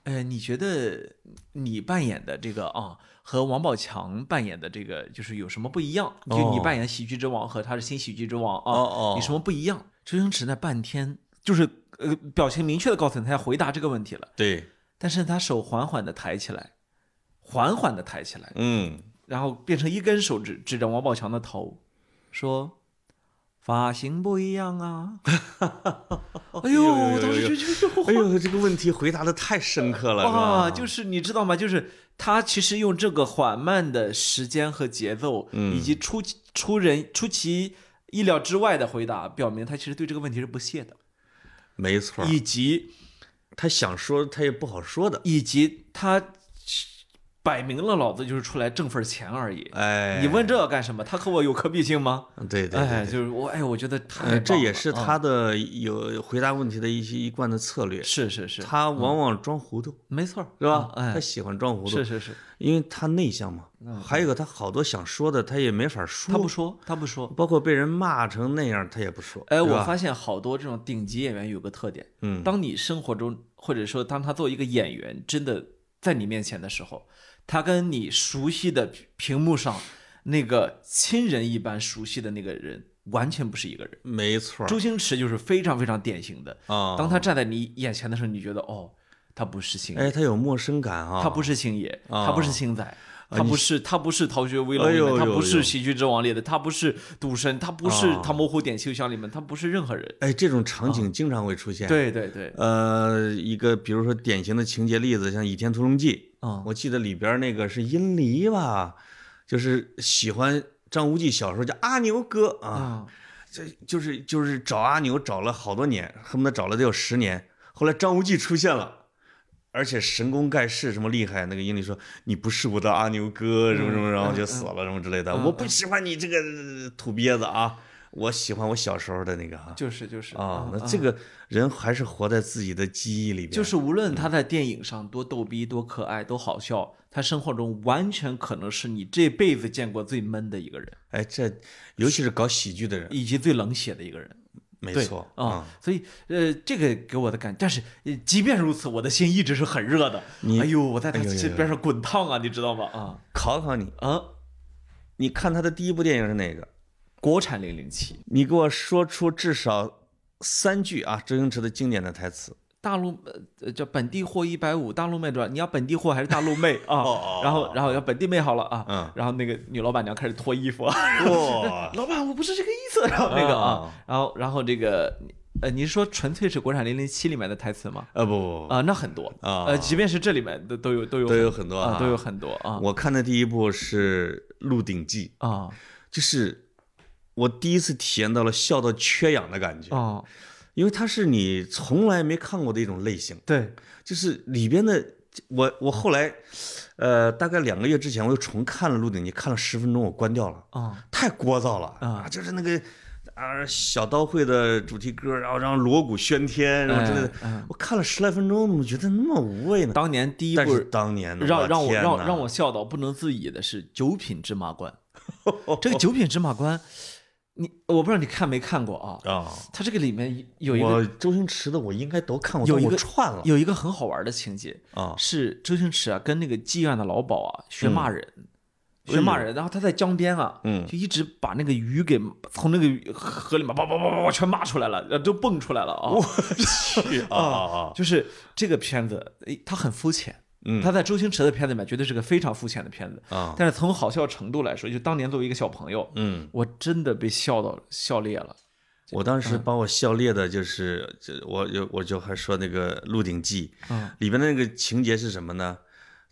S1: 呃，你觉得你扮演的这个啊和王宝强扮演的这个就是有什么不一样？就你
S2: 哦
S1: 扮演喜剧之王和他是新喜剧之王啊，
S2: 哦哦
S1: 有什么不一样？周星驰那半天就是呃表情明确的告诉你他要回答这个问题了，
S2: 对，
S1: 但是他手缓缓的抬起来，缓缓的抬起来，
S2: 嗯，
S1: 然后变成一根手指指着王宝强的头，说：“发型不一样
S2: [LAUGHS]
S1: 啊！”哎呦，
S2: 呦呦呦
S1: 我当时就就
S2: 哎
S1: 就
S2: 呦，这个问题回答的太深刻了，是
S1: 哇，
S2: 吧？
S1: 啊就是你知道吗？就是他其实用这个缓慢的时间和节奏，
S2: 嗯
S1: 以及出其出人出其意料之外的回答，表明他其实对这个问题是不屑的，
S2: 没错儿，
S1: 以及
S2: 他想说他也不好说的，
S1: 以及他摆明了老子就是出来挣份钱而已。
S2: 哎，
S1: 你问这干什么？他和我有可比性吗？
S2: 对，对对
S1: 哎，
S2: 对，
S1: 就是我，哎，我觉得太棒
S2: 呃
S1: 了、
S2: 这也是
S1: 嗯
S2: 他的有回答问题的一些一贯的策略，
S1: 是是是，
S2: 他往往装糊涂，
S1: 没错儿，
S2: 是吧？
S1: 嗯
S2: 他
S1: 哎，
S2: 喜欢装糊涂
S1: 是，是是，
S2: 因为他内向嘛，还有一个他好多想说的他也没法说，
S1: 他不说，他不说。
S2: 包括被人骂成那样他也不说。
S1: 哎，
S2: 是
S1: 我
S2: 吧
S1: 发现好多这种顶级演员有个特点，
S2: 嗯
S1: 当你生活中或者说当他作为一个演员真的在你面前的时候，他跟你熟悉的屏屏幕上那个亲人一般熟悉的那个人完全不是一哦个人。
S2: 没错儿
S1: 周星驰就是非常非常典型的，
S2: 啊，
S1: 当他站在你眼前的时候，你觉得哦，他不是星爷，
S2: 哎他有陌生感啊，
S1: 他不是星爷，
S2: 啊
S1: 他不是星仔，他不是他不是《逃学威龙》
S2: 哎
S1: 里
S2: 呦
S1: 面，他
S2: 呦
S1: 不
S2: 呦
S1: 是《喜剧之王》里的，他不是赌神，他不是
S2: 啊
S1: 《他模糊点秋香》里面，他不是任何人。
S2: 哎这种场景经常会出
S1: 啊
S2: 现。，
S1: 对对对，
S2: 呃，一个比如说典型的情节例子，像《倚天屠龙记》，
S1: 啊
S2: 我记得里边那个是殷离吧，就是喜欢张无忌小时候叫阿牛哥啊，
S1: 啊
S2: 这就是就是找阿牛找了好多年，恨不得找了得有十年。后来张无忌出现了，而且神功盖世，什么厉害？那个殷离说：“你不是我的阿牛哥，什么什么，然后就死了，什么之类的。我不喜欢你这个呃土鳖子啊，我喜欢我小时候的那个啊。
S1: 就是就是
S2: 啊，那这个人还是活在自己的记忆里边。
S1: 嗯就是无论他
S2: 嗯
S1: 在电影上多逗逼、多可爱、多好笑，他生活中完全可能是你这辈子见过最闷的一个人，
S2: 哎，这尤其是搞喜剧的人，
S1: 以及最冷血的一个人。
S2: 没
S1: 对
S2: 错
S1: 啊
S2: 啊。、
S1: 所以呃，这个给我的感，但是呃即便如此，我的心一直是很热的。哎呦，我在他
S2: 哎呦呦呦
S1: 这边上滚烫啊，你知道吗？啊
S2: 考考你，
S1: 啊，
S2: 你看他的第一部电影是哪个？
S1: 国产零零七，
S2: 你给我说出至少三句啊，周星驰的经典的台词。
S1: 大陆呃呃叫本地货一百五，大陆妹转，你要本地货还是大陆妹
S2: 哦
S1: 啊？然后然后要本地妹好了啊，
S2: 嗯
S1: 然后那个女老板娘开始脱衣服，[LAUGHS]
S2: [LAUGHS] 哇，
S1: 老板我不是这个意思，然后那个
S2: 啊
S1: 啊，然后然后这个呃，你是说纯粹是国产零零七里面的台词吗？
S2: 呃，不不不，
S1: 啊、那很多
S2: 啊
S1: 呃，即便是这里面都都有都有
S2: 都有很多
S1: 啊、
S2: 啊
S1: 都有很多啊
S2: 我看的第一部是《鹿鼎记
S1: 啊》，
S2: 就是我第一次体验到了笑到缺氧的感觉，
S1: 啊，
S2: 因为它是你从来没看过的一种类型，
S1: 对，
S2: 就是里边的。我我后来，呃，大概两个月之前，我又重看了《鹿鼎记》，看了十分钟，我关掉了。
S1: 啊
S2: 太聒噪了
S1: 啊
S2: 就是那个啊小刀会的主题歌，然后让锣鼓喧天，然后之类的。
S1: 哎哎
S2: 我看了十来分钟，怎么觉得那么无味呢？
S1: 当年第一
S2: 但
S1: 部
S2: 是当年的
S1: 让让我
S2: 天
S1: 让
S2: 哪
S1: 让
S2: [LAUGHS]
S1: 我笑到不能自已的是《九品芝麻官》。这个《九品芝麻官》，你我不知道你看没看过啊？
S2: 啊。
S1: 它这个里面有一个
S2: 我周星驰的我应该都看过，
S1: 有
S2: 但
S1: 一
S2: 我
S1: 个
S2: 串了
S1: 有一个很好玩的情节，
S2: 啊嗯
S1: 是周星驰啊跟那个妓院的老鸨啊学骂人，
S2: 哎
S1: 学
S2: 呦
S1: 骂人，然后他在江边啊，
S2: 嗯
S1: 就一直把那个鱼给从那个河里面叭叭叭叭叭全骂出来了，呃都蹦出来了啊。 [LAUGHS]
S2: 去啊啊啊！
S1: 就是这个片子，诶它很肤浅。
S2: 嗯
S1: 它在周星驰的片子里面绝对是个非常肤浅的片子，
S2: 啊，
S1: 但是从好笑程度来说，就当年作为一个小朋友，
S2: 嗯，
S1: 我真的被笑到笑裂了。
S2: 我当
S1: 嗯
S2: 时把我笑裂的，就是这我有我就还说那个《鹿鼎记》
S1: 嗯
S2: 里边的那个情节是什么呢？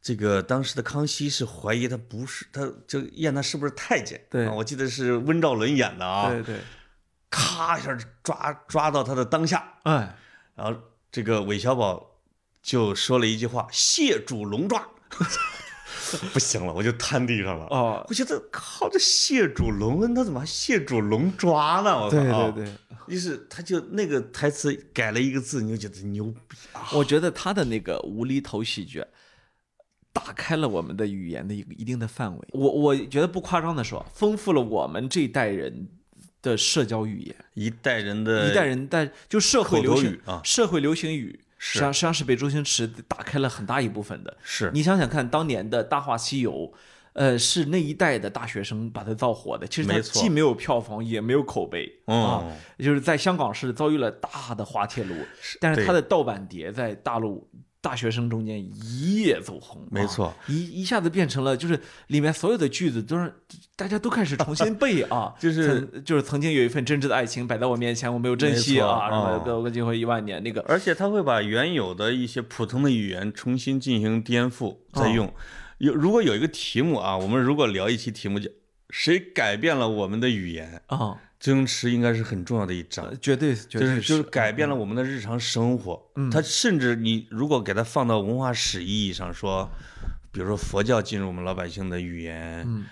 S2: 这个当时的康熙是怀疑他不是，他就验他是不是太监。
S1: 对
S2: 啊我记得是温兆伦演的啊，
S1: 嗯对对，
S2: 咔一下抓抓到他的当下，
S1: 哎，
S2: 然后这个韦小宝就说了一句话：“谢主隆抓。” [LAUGHS] 不行了，我就瘫地上了。
S1: 哦，
S2: 我觉得靠，这谢主隆恩他怎么还谢主隆抓呢？我靠
S1: 对
S2: 啊
S1: 对对，
S2: 就是他就那个台词改了一个字，你就觉得牛逼啊！
S1: 我觉得他的那个无厘头喜剧，打开了我们的语言的一个一定的范围。我我觉得不夸张的说，丰富了我们这一代人的社交语言。
S2: 一代人的
S1: 一代人在就社会
S2: 口
S1: 流
S2: 头
S1: 行
S2: 语啊
S1: 社会流行语实
S2: 是
S1: 际上实际上是被周星驰打开了很大一部分的。
S2: 是
S1: 你想想看，当年的《大话西游》，呃，是那一代的大学生把它造火的。其实它
S2: 没错
S1: 既没有票房，也没有口碑、啊
S2: 嗯，
S1: 就是在香港是遭遇了大的滑铁卢，但是
S2: 对
S1: 它的盗版碟在大陆。大学生中间一夜走红，
S2: 没错
S1: 啊一一下子变成了就是里面所有的句子都让大家都开始重新
S2: [LAUGHS]
S1: 背啊，
S2: 就是
S1: 曾就是曾经有一份真挚的爱情摆在我面前，我没有珍惜啊，
S2: 没错
S1: 什么
S2: 嗯
S1: 得过今后一万年那个，
S2: 而且他会把原有的一些普通的语言重新进行颠覆再用。有如果有一个题目啊，我们如果聊一期题目叫“谁改变了我们的语言
S1: 啊、”，
S2: 周星驰应该是很重要的一章。
S1: 绝对绝
S2: 就
S1: 对
S2: 是就是改变了我们的日常生活。
S1: 嗯
S2: 它甚至你如果给它放到文化史意义上说，比如说佛教进入我们老百姓的语言，
S1: 嗯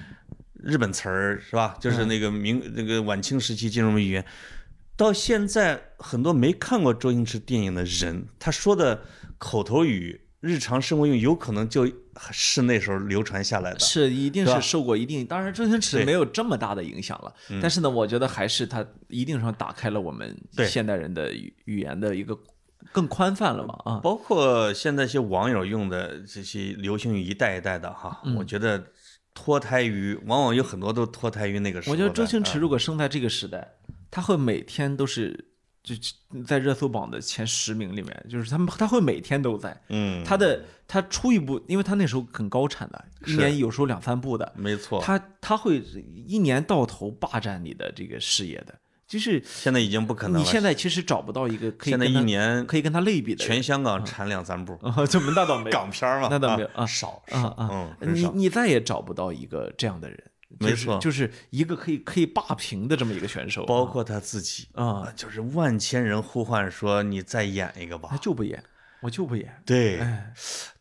S2: 日本词儿是吧？就是那个明、那个晚清时期进入我们语言，到现在很多没看过周星驰电影的人，他说的口头语、日常生活用，有可能就是那时候流传下来的。
S1: 是一定
S2: 是
S1: 是
S2: 吧
S1: 受过一定，当然周星驰
S2: 对嗯
S1: 没有这么大的影响了，但是呢，我觉得还是他一定上打开了我们
S2: 对
S1: 现代人的语语言的一个更宽泛了嘛啊，
S2: 包括现在一些网友用的这些流行语一代一代的哈，
S1: 嗯
S2: 我觉得脱胎于，往往有很多都脱胎于那个时候
S1: 我
S2: 的。
S1: 觉得周星驰
S2: 啊
S1: 如果生在这个时代，他会每天都是就就在热搜榜的前十名里面，就是他们他会每天都在。
S2: 嗯，
S1: 他的他出一部，因为他那时候很高产的，一
S2: 是
S1: 年有时候两三部的，
S2: 没错，
S1: 他他会一年到头霸占你的这个视野的，就是
S2: 现在已经不可能
S1: 你
S2: 了。
S1: 现在其实找不到一个可以
S2: 现在
S1: 跟
S2: 一
S1: 他
S2: 年
S1: 可以跟他类比的人
S2: 全香港产两三部
S1: 啊，怎么那
S2: [LAUGHS]
S1: 倒没有
S2: 港片儿嘛，
S1: 那倒没有啊
S2: 啊，少
S1: 啊
S2: 少，
S1: 啊
S2: 嗯，，很
S1: 你
S2: 少。
S1: 你再也找不到一个这样的人，就
S2: 没
S1: 是
S2: 错
S1: 就是一个可以可以霸屏的这么一个选手，
S2: 包括他自己呃
S1: 啊，
S2: 就是万千人呼唤说你再演一个
S1: 他
S2: 吧。
S1: 就不演，我就不演。
S2: 对，
S1: 哎，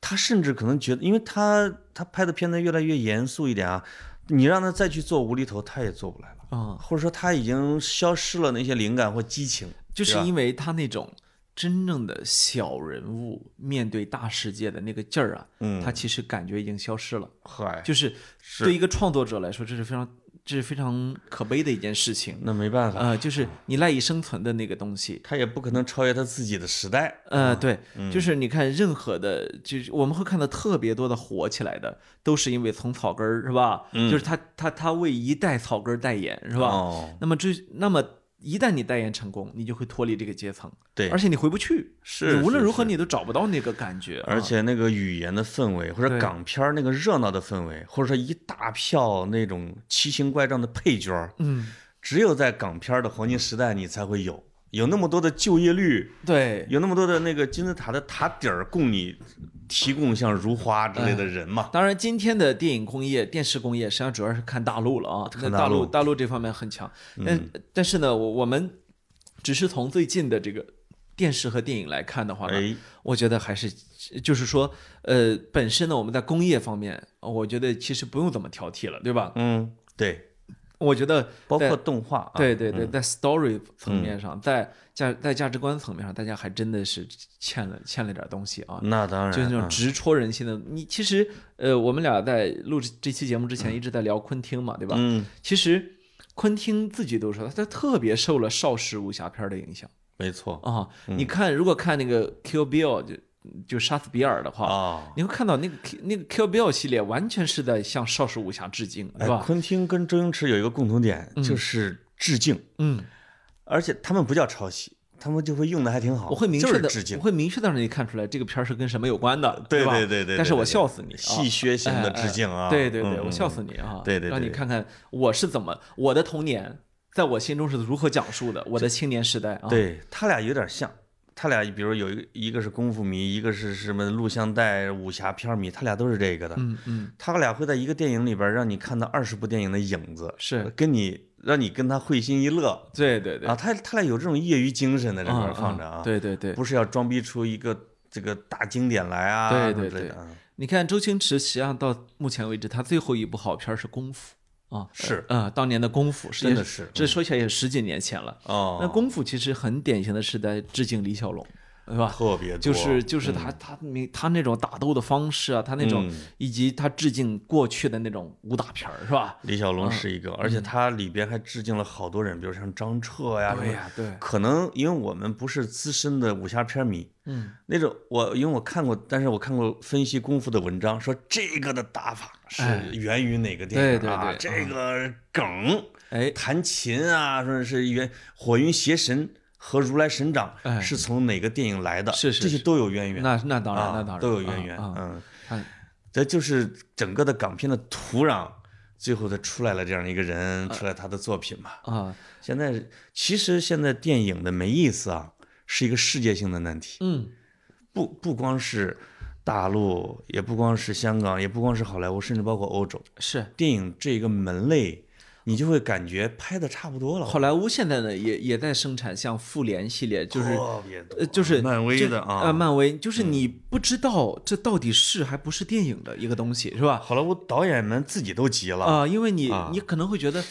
S2: 他甚至可能觉得，因为他他拍的片子越来越严肃一点啊，你让他再去做无厘头，他也做不来了。
S1: 啊、
S2: 或者说他已经消失了那些灵感或激情，
S1: 就是
S2: 对吧
S1: 因为他那种真正的小人物面对大世界的那个劲儿啊，
S2: 嗯
S1: 他其实感觉已经消失了。
S2: 嗨，
S1: 就是
S2: 是
S1: 对一个创作者来说，这是非常这是非常可悲的一件事情。
S2: 那没办法，
S1: 呃，就是你赖以生存的那个东西，
S2: 他也不可能超越他自己的时代。啊
S1: 呃，对，
S2: 嗯
S1: 就是你看，任何的，就是我们会看到特别多的火起来的，都是因为从草根儿是吧？就是他他他为一代草根儿代言是吧？
S2: 嗯哦，
S1: 那么这那么一旦你代言成功，你就会脱离这个阶层，
S2: 对
S1: 而，且你回不去，
S2: 是
S1: 你无论
S2: 是
S1: 如何
S2: 是
S1: 你都找不到那个感觉，啊
S2: 而且那个语言的氛围，或
S1: 对
S2: 者港片儿那个热闹的氛围，或者说一大票那种奇形怪状的配角儿，
S1: 嗯，
S2: 只有在港片儿的黄金时代你才会有，有那么多的就业率，
S1: 对，
S2: 有那么多的那个金字塔的塔底儿供你提供像如花之类
S1: 嗯
S2: 的人嘛。
S1: 当然，今天的电影工业、电视工业，实际上主要是看大陆了啊。那
S2: 看
S1: 大
S2: 大
S1: 陆
S2: 陆嗯
S1: 大陆这方面很强，但、但是呢，我我们只是从最近的这个电视和电影来看的话呢，
S2: 哎，
S1: 我觉得还是就是说，呃，本身呢，我们在工业方面，我觉得其实不用怎么挑剔了，对吧？
S2: 嗯，对，
S1: 我觉得
S2: 包
S1: 在
S2: 括动画啊，嗯
S1: 对对对，在 story 层面上，在价在价值观层面上，大家还真的是欠了欠了点东西啊。
S2: 那当然，
S1: 就是那
S2: 啊
S1: 种直戳人心的。你其实，呃，我们俩在录这这期节目之前一直在聊昆汀嘛，对吧？
S2: 嗯，
S1: 其实昆汀自己都说他特别受了邵氏武侠片的影响
S2: 没错
S1: 啊。
S2: 嗯
S1: 你看，如果看那个 Kill Bill 就就杀死比尔的话，
S2: 啊。
S1: 你会看到那个 K- 那个 Kill Bill 系列完全是在向邵氏武侠致敬，
S2: 哎
S1: 是，吧？
S2: 昆汀跟周星驰有一个共同点，就是致敬，
S1: 嗯，
S2: 而且他们不叫抄袭，他们就会用的还挺好，
S1: 我会明
S2: 哦就
S1: 确
S2: 是
S1: 的
S2: 致，敬
S1: 我。会明确的让你看出来这个片儿是跟什么有关的，
S2: 对
S1: 吧？
S2: 对对对，
S1: 但是
S2: 对
S1: 我
S2: 对
S1: 笑死你，
S2: 戏谑型的致敬啊！
S1: 啊！对对对，
S2: 嗯
S1: 我笑。
S2: 嗯
S1: 死你啊！
S2: 对对对
S1: 让你看看我是怎么我的童年，在我心中是如何讲述的，我的青年时代啊！，
S2: 对他俩有点像，他俩比如有一个一个是功夫迷，一个是什么录像带武侠片迷，他俩都是这个的。
S1: 嗯嗯，
S2: 他俩会在一个电影里边让你看到二十部电影的影子，
S1: 是
S2: 跟你让你跟他会心一乐
S1: 对对对
S2: 啊。，他他俩有这种业余精神在这
S1: 嗯
S2: 边
S1: 嗯
S2: 放着啊，
S1: 对对对，
S2: 不是要装逼出一个这个大经典来啊，
S1: 对
S2: 什么
S1: 对
S2: 之类的
S1: 对
S2: 啊
S1: 你看周星驰，实际上到目前为止，他最后一部好片儿是《功夫》啊，
S2: 是
S1: 啊、当年的《功夫》是
S2: 真的是嗯
S1: 这说起来也十几年前了。
S2: 哦，
S1: 那《功夫》其实很典型的是在致敬李小龙，对吧？
S2: 特别多
S1: 就是就是他他那他那种打斗的方式啊，他那种
S2: 嗯
S1: 以及他致敬过去的那种武打片儿，是吧？
S2: 李小龙是一个，
S1: 嗯
S2: 而且他里边还致敬了好多人，比如像张彻哎呀什么
S1: 对呀，对，
S2: 可能因为我们不是资深的武侠片迷，
S1: 嗯，
S2: 那种我因为我看过，但是我看过分析功夫的文章，说这个的打法是
S1: 哎
S2: 源于哪个电影啊？
S1: 对对对嗯
S2: 这个梗
S1: 哎，
S2: 弹琴啊，说是源火云邪神和如来神掌
S1: 哎
S2: 是从哪个电影来的？
S1: 是是
S2: 这些
S1: 是
S2: 都有渊源。
S1: 那那当然，
S2: 啊
S1: 那当然
S2: 都有渊源。
S1: 啊啊
S2: 嗯，
S1: 看
S2: 这就是整个的港片的土壤，最后他出来了这样一个人，出来他的作品嘛。
S1: 啊，
S2: 现在其实现在电影的没意思啊，是一个世界性的难题，
S1: 嗯，
S2: 不不光是大陆，也不光是香港，也不光是好莱坞，甚至包括欧洲，
S1: 是。
S2: 电影这个门类，你就会感觉拍的差不多了，
S1: 好莱坞现在呢，也也在生产像复联系列，就是
S2: 特别多
S1: 呃，就是
S2: 哦漫威
S1: 就
S2: 的啊，
S1: 呃，漫威就是你不知道这到底是还不是电影的一个东西，是吧？
S2: 好莱坞导演们自己都急了，
S1: 啊、因为你、
S2: 啊
S1: 你可能会觉得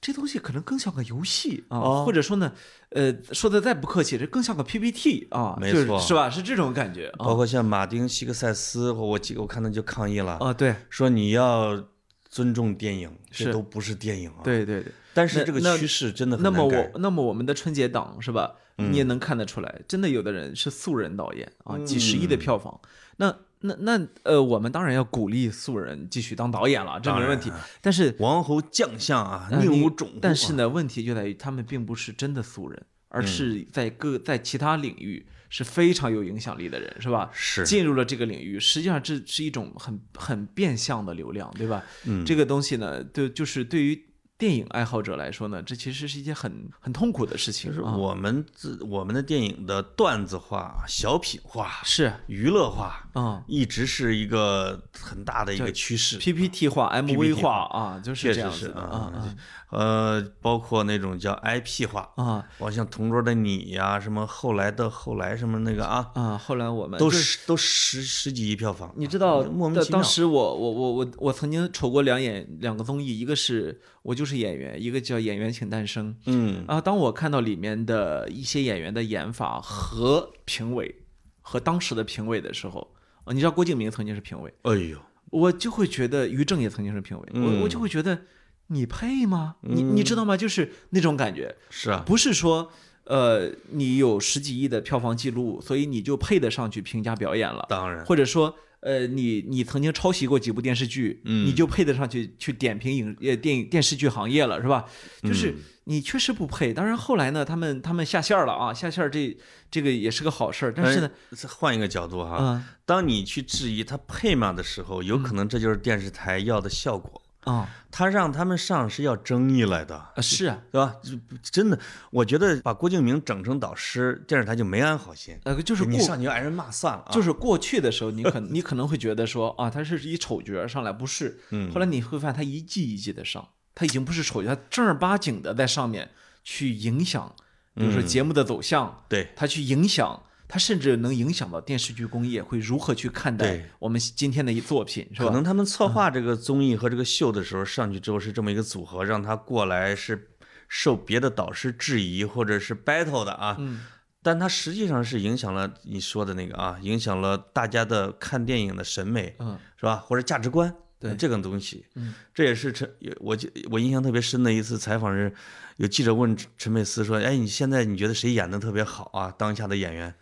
S1: 这东西可能更像个游戏啊，
S2: 哦
S1: 或者说呢，呃，说的再不客气，这更像个 PPT 啊，
S2: 没
S1: 就是
S2: 错哦
S1: 是吧？是这种感觉啊
S2: 包括像马丁·西克塞斯，我我记我看他就抗议了，
S1: 啊，对
S2: 说你要尊重电影，这
S1: 是
S2: 都不是电影啊。
S1: 对对对。
S2: 但是
S1: 那
S2: 这个
S1: 那
S2: 趋势真的很
S1: 那
S2: 难
S1: 么
S2: 改嗯
S1: 我那么我们的春节档是吧？你也能看得出来，真的有的人是素人导演啊，几十
S2: 嗯
S1: 亿的票房。那那那呃，我们当然要鼓励素人继续当导演了，这
S2: 当
S1: 没
S2: 然啊
S1: 问题。但是
S2: 王侯将相啊，
S1: 呃
S2: 宁
S1: 你
S2: 无种乎啊嗯
S1: 但是呢，问题就在于他们并不是真的素人，而是在各在其他领域是非常有影响力的人，是吧？
S2: 是
S1: 进入了这个领域，实际上这是一种很很变相的流量，对吧？嗯，这个东西呢，对，就是对于电影爱好者来说呢，这其实是一件很很痛苦的事情
S2: 就是
S1: 啊。
S2: 我们自我们的电影的段子化、小品化、
S1: 是啊、
S2: 娱乐化，
S1: 嗯
S2: 一直是一个很大的一个趋势。
S1: ，PPT 化、MV 化啊，就是
S2: 确
S1: 这
S2: 实
S1: 样子
S2: 是
S1: 的
S2: 啊
S1: 啊，
S2: 呃，包括那种叫 IP 化，
S1: 啊啊
S2: 我像《同桌的你》呀，什么后来的后来什么那个啊，
S1: 啊！后来我们
S2: 都
S1: 就是
S2: 都十十几亿票房，啊
S1: 你知道，
S2: 嗯莫名
S1: 当
S2: 其妙
S1: 当时我我我我我曾经瞅过两演两个综艺，一个是我就是演员，一个叫《演员请诞生》。
S2: 嗯，
S1: 啊，当我看到里面的一些演员的演法和评委和当时的评委的时候，啊，你知道郭敬明曾经是评委，
S2: 哎呦，
S1: 我就会觉得于正也曾经是评委，我我
S2: 嗯
S1: 就会觉得你配吗？你你知道吗？就是那种感觉，
S2: 是啊，
S1: 不是说。呃，你有十几亿的票房记录，所以你就配得上去评价表演了。
S2: 当然，
S1: 或者说，呃，你你曾经抄袭过几部电视剧，
S2: 嗯
S1: 你就配得上去去点评影呃电影电视剧行业了，是吧？
S2: 嗯
S1: 就是你确实不配。当然后来呢，他们他们下线了啊，下线这这个也是个好事儿，但是呢，
S2: 哎换一个角度哈，
S1: 嗯
S2: 当你去质疑他配吗的时候，有可能这就是电视台要的效果。
S1: 啊、
S2: 他让他们上是要争议来的，
S1: 呃是啊，
S2: 对吧？这真的，我觉得把郭敬明整成导师，电视台就没安好心。哎
S1: 呃就是
S2: 你
S1: 过
S2: 上去就挨人骂算了啊。
S1: 就是过去的时候，
S2: [LAUGHS]
S1: 你可你可能会觉得说啊，他是一丑角上来不是，
S2: 嗯
S1: 后来你会发现他一季一季的上，他已经不是丑角，他正儿八经的在上面去影响，比
S2: 嗯
S1: 如说节目的走向，
S2: 对，
S1: 它去影响，它甚至能影响到电视剧工业会如何去看待
S2: 对
S1: 我们今天的一作品，是
S2: 可
S1: 吧？嗯
S2: 能他们策划这个综艺和这个秀的时候，上去之后是这么一个组合，让他过来是受别的导师质疑或者是 battle 的啊。
S1: 嗯
S2: 但他实际上是影响了你说的那个啊，影响了大家的看电影的审美，
S1: 嗯，
S2: 是吧？或者价值观，
S1: 对
S2: 这个东西，
S1: 嗯
S2: 这也是陈，也我记我印象特别深的一次采访是，有记者问陈陈佩斯说：“哎，你现在你觉得谁演的特别好啊？当下的演员？”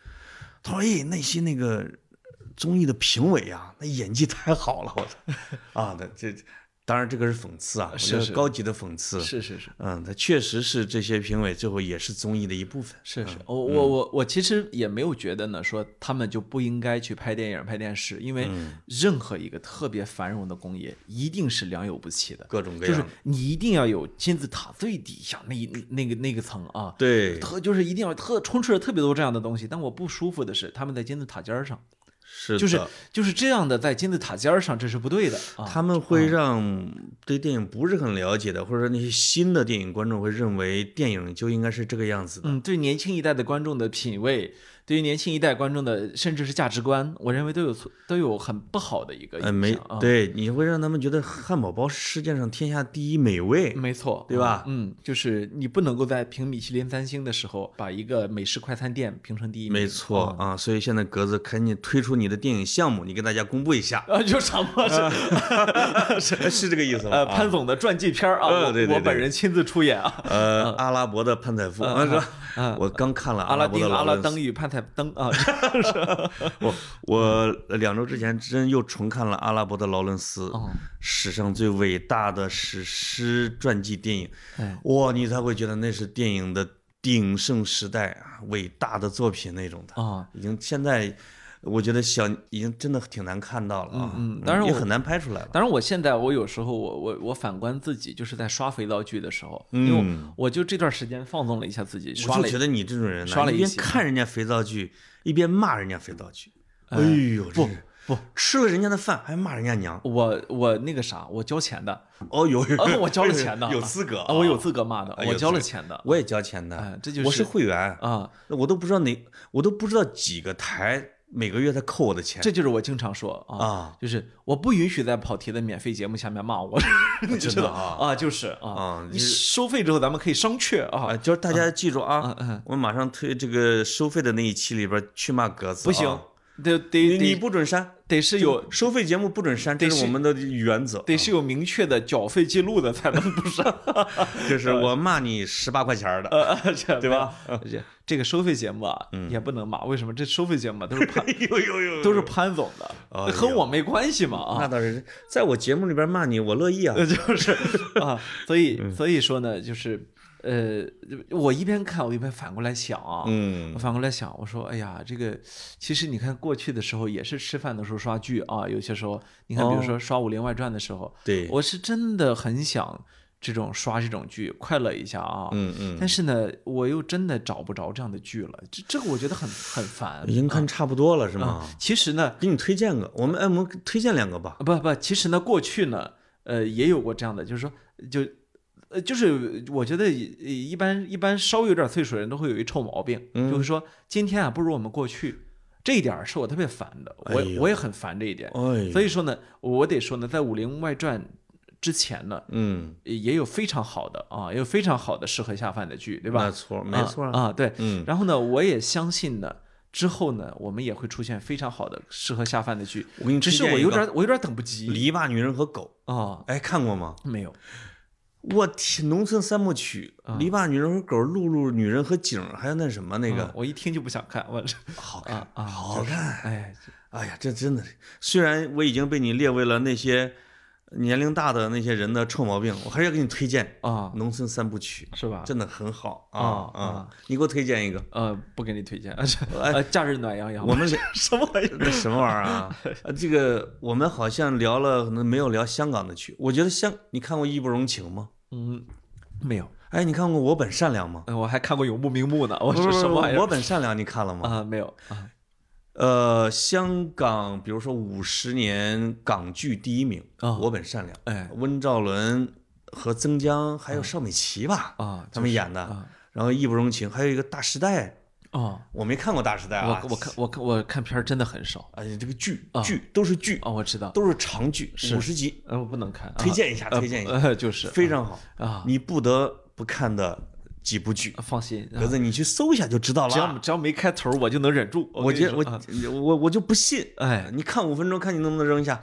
S2: 他说：“哎，那些那个综艺的评委啊，那演技太好了，我操！啊，那这当然这个是讽刺啊，我
S1: 是
S2: 觉得
S1: 是
S2: 高级的讽刺。
S1: 是是是。
S2: 嗯，他确实是这些评委最后也是综艺的一部分。
S1: 是是，我我我我其实也没有觉得呢，说他们就不应该去拍电影、拍电视，因为
S2: 嗯
S1: 任何一个特别繁荣的工业，一定是良莠不齐的，
S2: 各种各
S1: 就
S2: 样
S1: 是
S2: 的
S1: 你一定要有金字塔最底下那一那个那个层啊，
S2: 对，
S1: 特就是一定要特充斥着特别多这样的东西。但我不舒服的是，他们在金字塔尖儿上，
S2: 是
S1: 就是
S2: 的
S1: 就是这样的在金字塔尖儿上，这是不对的啊。
S2: 他们会让对电影不是很了解的，或者说那些新的电影观众会认为电影就应该是这个样子的。
S1: 嗯，对年轻一代的观众的品味，对于年轻一代观众的甚至是价值观，我认为都有错都有很不好的一个影
S2: 呃，
S1: 响
S2: 没
S1: 啊。
S2: 对，你会让他们觉得汉堡包是世界上天下第一美味。
S1: 没错，
S2: 对吧
S1: 嗯，就是你不能够在评米其林三星的时候，把一个美式快餐店评成第一名。，
S2: 没错啊，所以现在格子赶紧推出你的电影项目，你给大家公布一下
S1: [LAUGHS] 啊，就啥嘛是是
S2: [LAUGHS] 是这个意思吗？
S1: 呃
S2: 啊
S1: 潘总的传记片儿啊，
S2: 嗯
S1: 我
S2: 对对
S1: 我本
S2: 对
S1: 人亲自出演啊。
S2: 呃，阿拉伯的潘采夫啊，是吧？我刚看了
S1: 阿拉
S2: 伯
S1: 丁、
S2: 的
S1: 阿拉
S2: 劳伦斯
S1: 登与潘采登
S2: [LAUGHS]
S1: 啊，
S2: 我我两周之前真又重看了阿拉伯的劳伦斯
S1: 哦，
S2: 史上最伟大的史诗传记电影
S1: 哎，
S2: 哇，你才会觉得那是电影的鼎盛时代啊，伟大的作品那种的。
S1: 啊，
S2: 已经现在，我觉得想已经真的挺难看到了啊，
S1: 嗯嗯当然
S2: 也
S1: 我
S2: 很难拍出来了。
S1: 当然，我现在我有时候我我我反观自己，就是在刷肥皂剧的时候，因为
S2: 嗯
S1: 我我就这段时间放纵了一下自己，刷
S2: 我
S1: 了
S2: 就觉得你这种人呢，
S1: 刷了一
S2: 一边
S1: 集
S2: 看人家肥皂剧，一边骂人家肥皂剧。哎呦，不
S1: 不，
S2: 吃了人家的饭还骂人家娘。
S1: 我我那个啥，我交
S2: [LAUGHS]
S1: 钱的，
S2: 哦，有有，
S1: 啊
S2: 有
S1: 我交了钱呢
S2: [LAUGHS] 有资格
S1: 啊，我有资格骂的
S2: 啊，有
S1: 我交了
S2: 资格
S1: 钱的
S2: 我也交钱的，
S1: 哎这就是
S2: 我是会员，
S1: 啊，
S2: 我都不知道哪，我都不知道几个台每个月在扣我的钱
S1: 这就是我经常说啊，
S2: 啊
S1: 就是我不允许在跑题的免费节目下面骂我， [LAUGHS] 你知
S2: 真
S1: 道
S2: 的啊
S1: 就是
S2: 啊
S1: 啊，
S2: 你
S1: 你
S2: 是
S1: 收费之后咱们可以商榷
S2: 啊！
S1: 啊，
S2: 就是大家记住
S1: 嗯
S2: 啊
S1: 嗯，
S2: 我马上推这个收费的那一期里边去骂格子，
S1: 不行
S2: 啊，
S1: 得
S2: 你
S1: 得
S2: 你
S1: 得
S2: 不啊准删，
S1: 得是有
S2: 收费节目不准删，这是
S1: 是
S2: 我们的原则。啊
S1: 得是有明确的缴费记录的才能不是，呃
S2: 就是我骂你十八块钱儿的，
S1: 这
S2: [LAUGHS] 对吧？嗯
S1: 这这个收费节目啊也不能骂，为什么？这收费节目都是
S2: [LAUGHS]
S1: 潘
S2: 有有
S1: [LAUGHS]
S2: 有，
S1: 都是潘总的
S2: 哎呦，
S1: 和我没关系嘛啊
S2: 那。倒是，在我节目里边骂你，我乐意
S1: 呃 [LAUGHS]
S2: 啊。
S1: 就是啊，所
S2: [LAUGHS] 嗯
S1: 以所以说呢，就是呃，我一边看我一边反过来想啊，
S2: 嗯
S1: 我反过来想，我说哎呀，这个其实你看过去的时候也是吃饭的时候刷剧啊，有些时候你
S2: 哦
S1: 看，比如说刷《武林外传》的时候，
S2: 对
S1: 我是真的很想这种刷这种剧快乐一下啊，
S2: 嗯嗯，
S1: 但是呢，我又真的找不着这样的剧了，这这个我觉得很很烦啊
S2: 已。经看差不多了是吗？
S1: 其实呢，
S2: 给你推荐个，我们哎，我们推荐两个吧。
S1: 嗯啊不不，其实呢，过去呢，呃，也有过这样的，就是说，就，呃，就是我觉得一一般一般稍微有点岁数的人都会有一臭毛病，
S2: 嗯
S1: 就是说今天啊不如我们过去，这一点儿是我特别烦的，我、
S2: 哎呦
S1: 我也很烦这一点，
S2: 哎，
S1: 所以说呢，我得说呢，在《武林外传》之前呢，
S2: 嗯，
S1: 也有非常好的啊，也有非常好的适合下饭的剧，对吧
S2: 没？错，没错
S1: 啊，啊对，
S2: 嗯，
S1: 然后呢，我也相信呢。之后呢，我们也会出现非常好的适合下饭的剧，
S2: 我给你
S1: 只
S2: 推
S1: 是
S2: 荐
S1: 我
S2: 一
S1: 有
S2: 个
S1: 点我有点等不
S2: 《
S1: 及
S2: 篱笆女人和狗
S1: 啊、》，
S2: 哎，看过吗？
S1: 没有
S2: 我天，农村三部曲，《篱笆女人和狗》、《露露女人和景》，还有那什么那
S1: 啊
S2: 个，
S1: 我一听就不想看，我
S2: [LAUGHS]
S1: 这
S2: 哦好
S1: 啊
S2: 看，
S1: 啊，
S2: 好
S1: 就是
S2: 看。
S1: 哎，
S2: 哎呀，这真的是，虽然我已经被你列为了那些年龄大的那些人的臭毛病，我还是要给你推荐
S1: 啊
S2: 《农村三部曲
S1: 是吧》，？
S2: 真的很好啊
S1: 啊
S2: 啊！你给我推荐一个，
S1: 呃，不给你推
S2: [LAUGHS]
S1: 荐，啊这呃，假日暖 [LAUGHS] 洋洋，
S2: 我们
S1: 什么玩意儿？
S2: 那什么玩意儿啊？ [LAUGHS] 呃这个我们好像聊了，可能没有聊香港的剧。我觉得香，你看过《义不容情》吗？
S1: 嗯，没有，
S2: 哎，你看过《我本善良》吗？
S1: 呃我还看过有木明目呢，我
S2: 不
S1: 说
S2: 是
S1: 什么玩意
S2: 我
S1: 儿
S2: 本善良你看了吗？
S1: 啊？没有啊
S2: 呃，香港，比如说五十年港剧第一名，
S1: 啊
S2: 我本善良》，
S1: 哎
S2: 温兆伦和曾江还
S1: 嗯
S2: 有邵美琪吧，
S1: 啊，
S2: 他们演的。
S1: 啊
S2: 然后《义不容情》，还有一个《大时代》，
S1: 哦，
S2: 我没看过《大时代》啊
S1: 我，我看我看我看片儿真的很少
S2: 哎，这个剧
S1: 啊
S2: 剧都是剧，
S1: 哦，我知道，
S2: 都是长剧，五十集，
S1: 呃，我不能看，啊
S2: 推荐一下，
S1: 呃
S2: 推荐一下。
S1: 呃，就是
S2: 非常好
S1: 啊，
S2: 你不得不看的几部剧，
S1: 放心，啊
S2: 格子，你去搜一下就知道了
S1: 只要
S2: 啊。
S1: 只要没开头，我就能忍住。
S2: 我
S1: 跟你
S2: 觉得
S1: 说
S2: 我
S1: 啊
S2: 我我就不信，
S1: [LAUGHS] 哎 [LAUGHS]
S2: [LAUGHS] 你看五分钟，看你能不能扔下。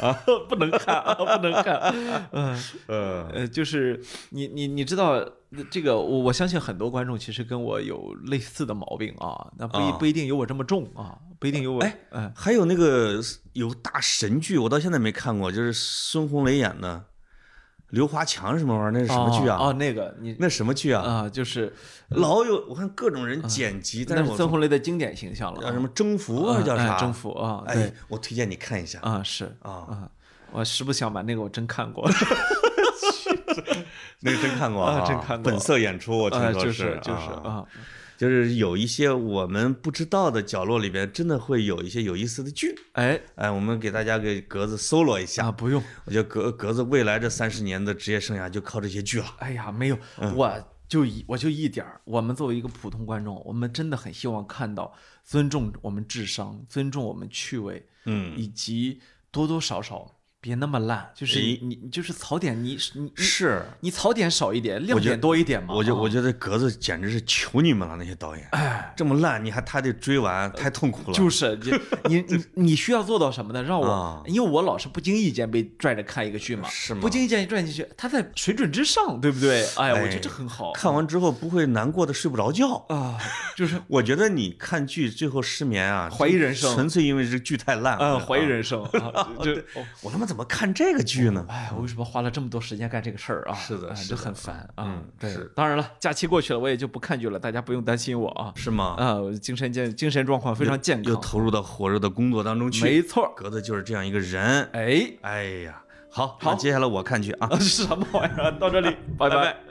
S1: 啊，不能看啊，不能 [LAUGHS] 看。嗯，
S2: 呃，
S1: 呃，就是你你你知道这个，我我相信很多观众其实跟我有类似的毛病啊，那不一
S2: 啊
S1: 不一定有我这么重啊，不一定有我
S2: 哎
S1: 嗯
S2: 还有那个有大神剧，我到现在没看过，就是孙红雷演的，刘华强什么玩意儿？那是什么剧啊？
S1: 哦，哦那个你
S2: 那什么剧啊？
S1: 啊，就是
S2: 老有我看各种人剪辑，但
S1: 那
S2: 是我
S1: 是孙红雷的经典形象了
S2: 叫
S1: 啊，
S2: 什么征服啊？
S1: 嗯
S2: 叫
S1: 哎
S2: 啥？
S1: 征服啊？对
S2: 哎，我推荐你看一下
S1: 啊，是
S2: 啊，
S1: 啊，我实不相瞒，那个我真看过。
S2: 那个真看过
S1: 啊真看过
S2: 本色演出，我听
S1: 啊，
S2: 说
S1: 就是就是
S2: 啊，
S1: 啊，
S2: 就是有一些我们不知道的角落里边，真的会有一些有意思的剧。
S1: 哎
S2: 哎，我们给大家给格子搜罗一
S1: 啊，
S2: 下，
S1: 不用，
S2: 我觉得格格子未来这三十年的职业生涯就靠这些剧了。
S1: 哎呀，没有，
S2: 嗯
S1: 我就一我就一点儿，我们作为一个普通观众，我们真的很希望看到尊重我们智商，尊重我们趣味，
S2: 嗯，
S1: 以及多多少少别那么烂，就是
S2: 哎
S1: 你你就是槽点你你你
S2: 是，
S1: 你槽点少一点，亮
S2: 我觉得
S1: 点多一点嘛。
S2: 我
S1: 啊
S2: 觉我觉得格子简直是求你们了，那些导演，这么烂，你还他得追完，太痛苦了。
S1: 就是你你
S2: [LAUGHS]
S1: 你你需要做到什么呢？让我
S2: 啊，
S1: 因为我老是不经意间被拽着看一个剧嘛，
S2: 是吗
S1: 不经意间拽进去，它在水准之上，对不对？哎呀，我觉得
S2: 哎
S1: 这很好。
S2: 看完之后不会难过的睡不着觉。
S1: 啊，就是
S2: 我觉得你看剧最后失眠啊，
S1: 怀疑人生
S2: 纯粹因为这剧太烂了。
S1: 嗯，怀疑人生 [LAUGHS] 啊，就就
S2: 啊，我他妈怎么看这个剧呢？
S1: 哎，我为什么花了这么多时间干这个事儿啊？
S2: 是的
S1: 哎
S2: 是
S1: 这
S2: 的
S1: 很烦啊
S2: 嗯。
S1: 对
S2: 是，
S1: 当然了，假期过去了，我也就不看剧了，大家不用担心我啊。
S2: 是吗？
S1: 啊，我精神健精神状况非常健
S2: 又
S1: 康，
S2: 投入到火热的工作当中去。
S1: 没错儿。
S2: 格子就是这样一个人。
S1: 哎， [LAUGHS]
S2: 哎呀，好，那接下来我看剧啊。
S1: 是什么玩意儿啊？到这里，拜 [LAUGHS]
S2: 拜
S1: 拜
S2: 拜。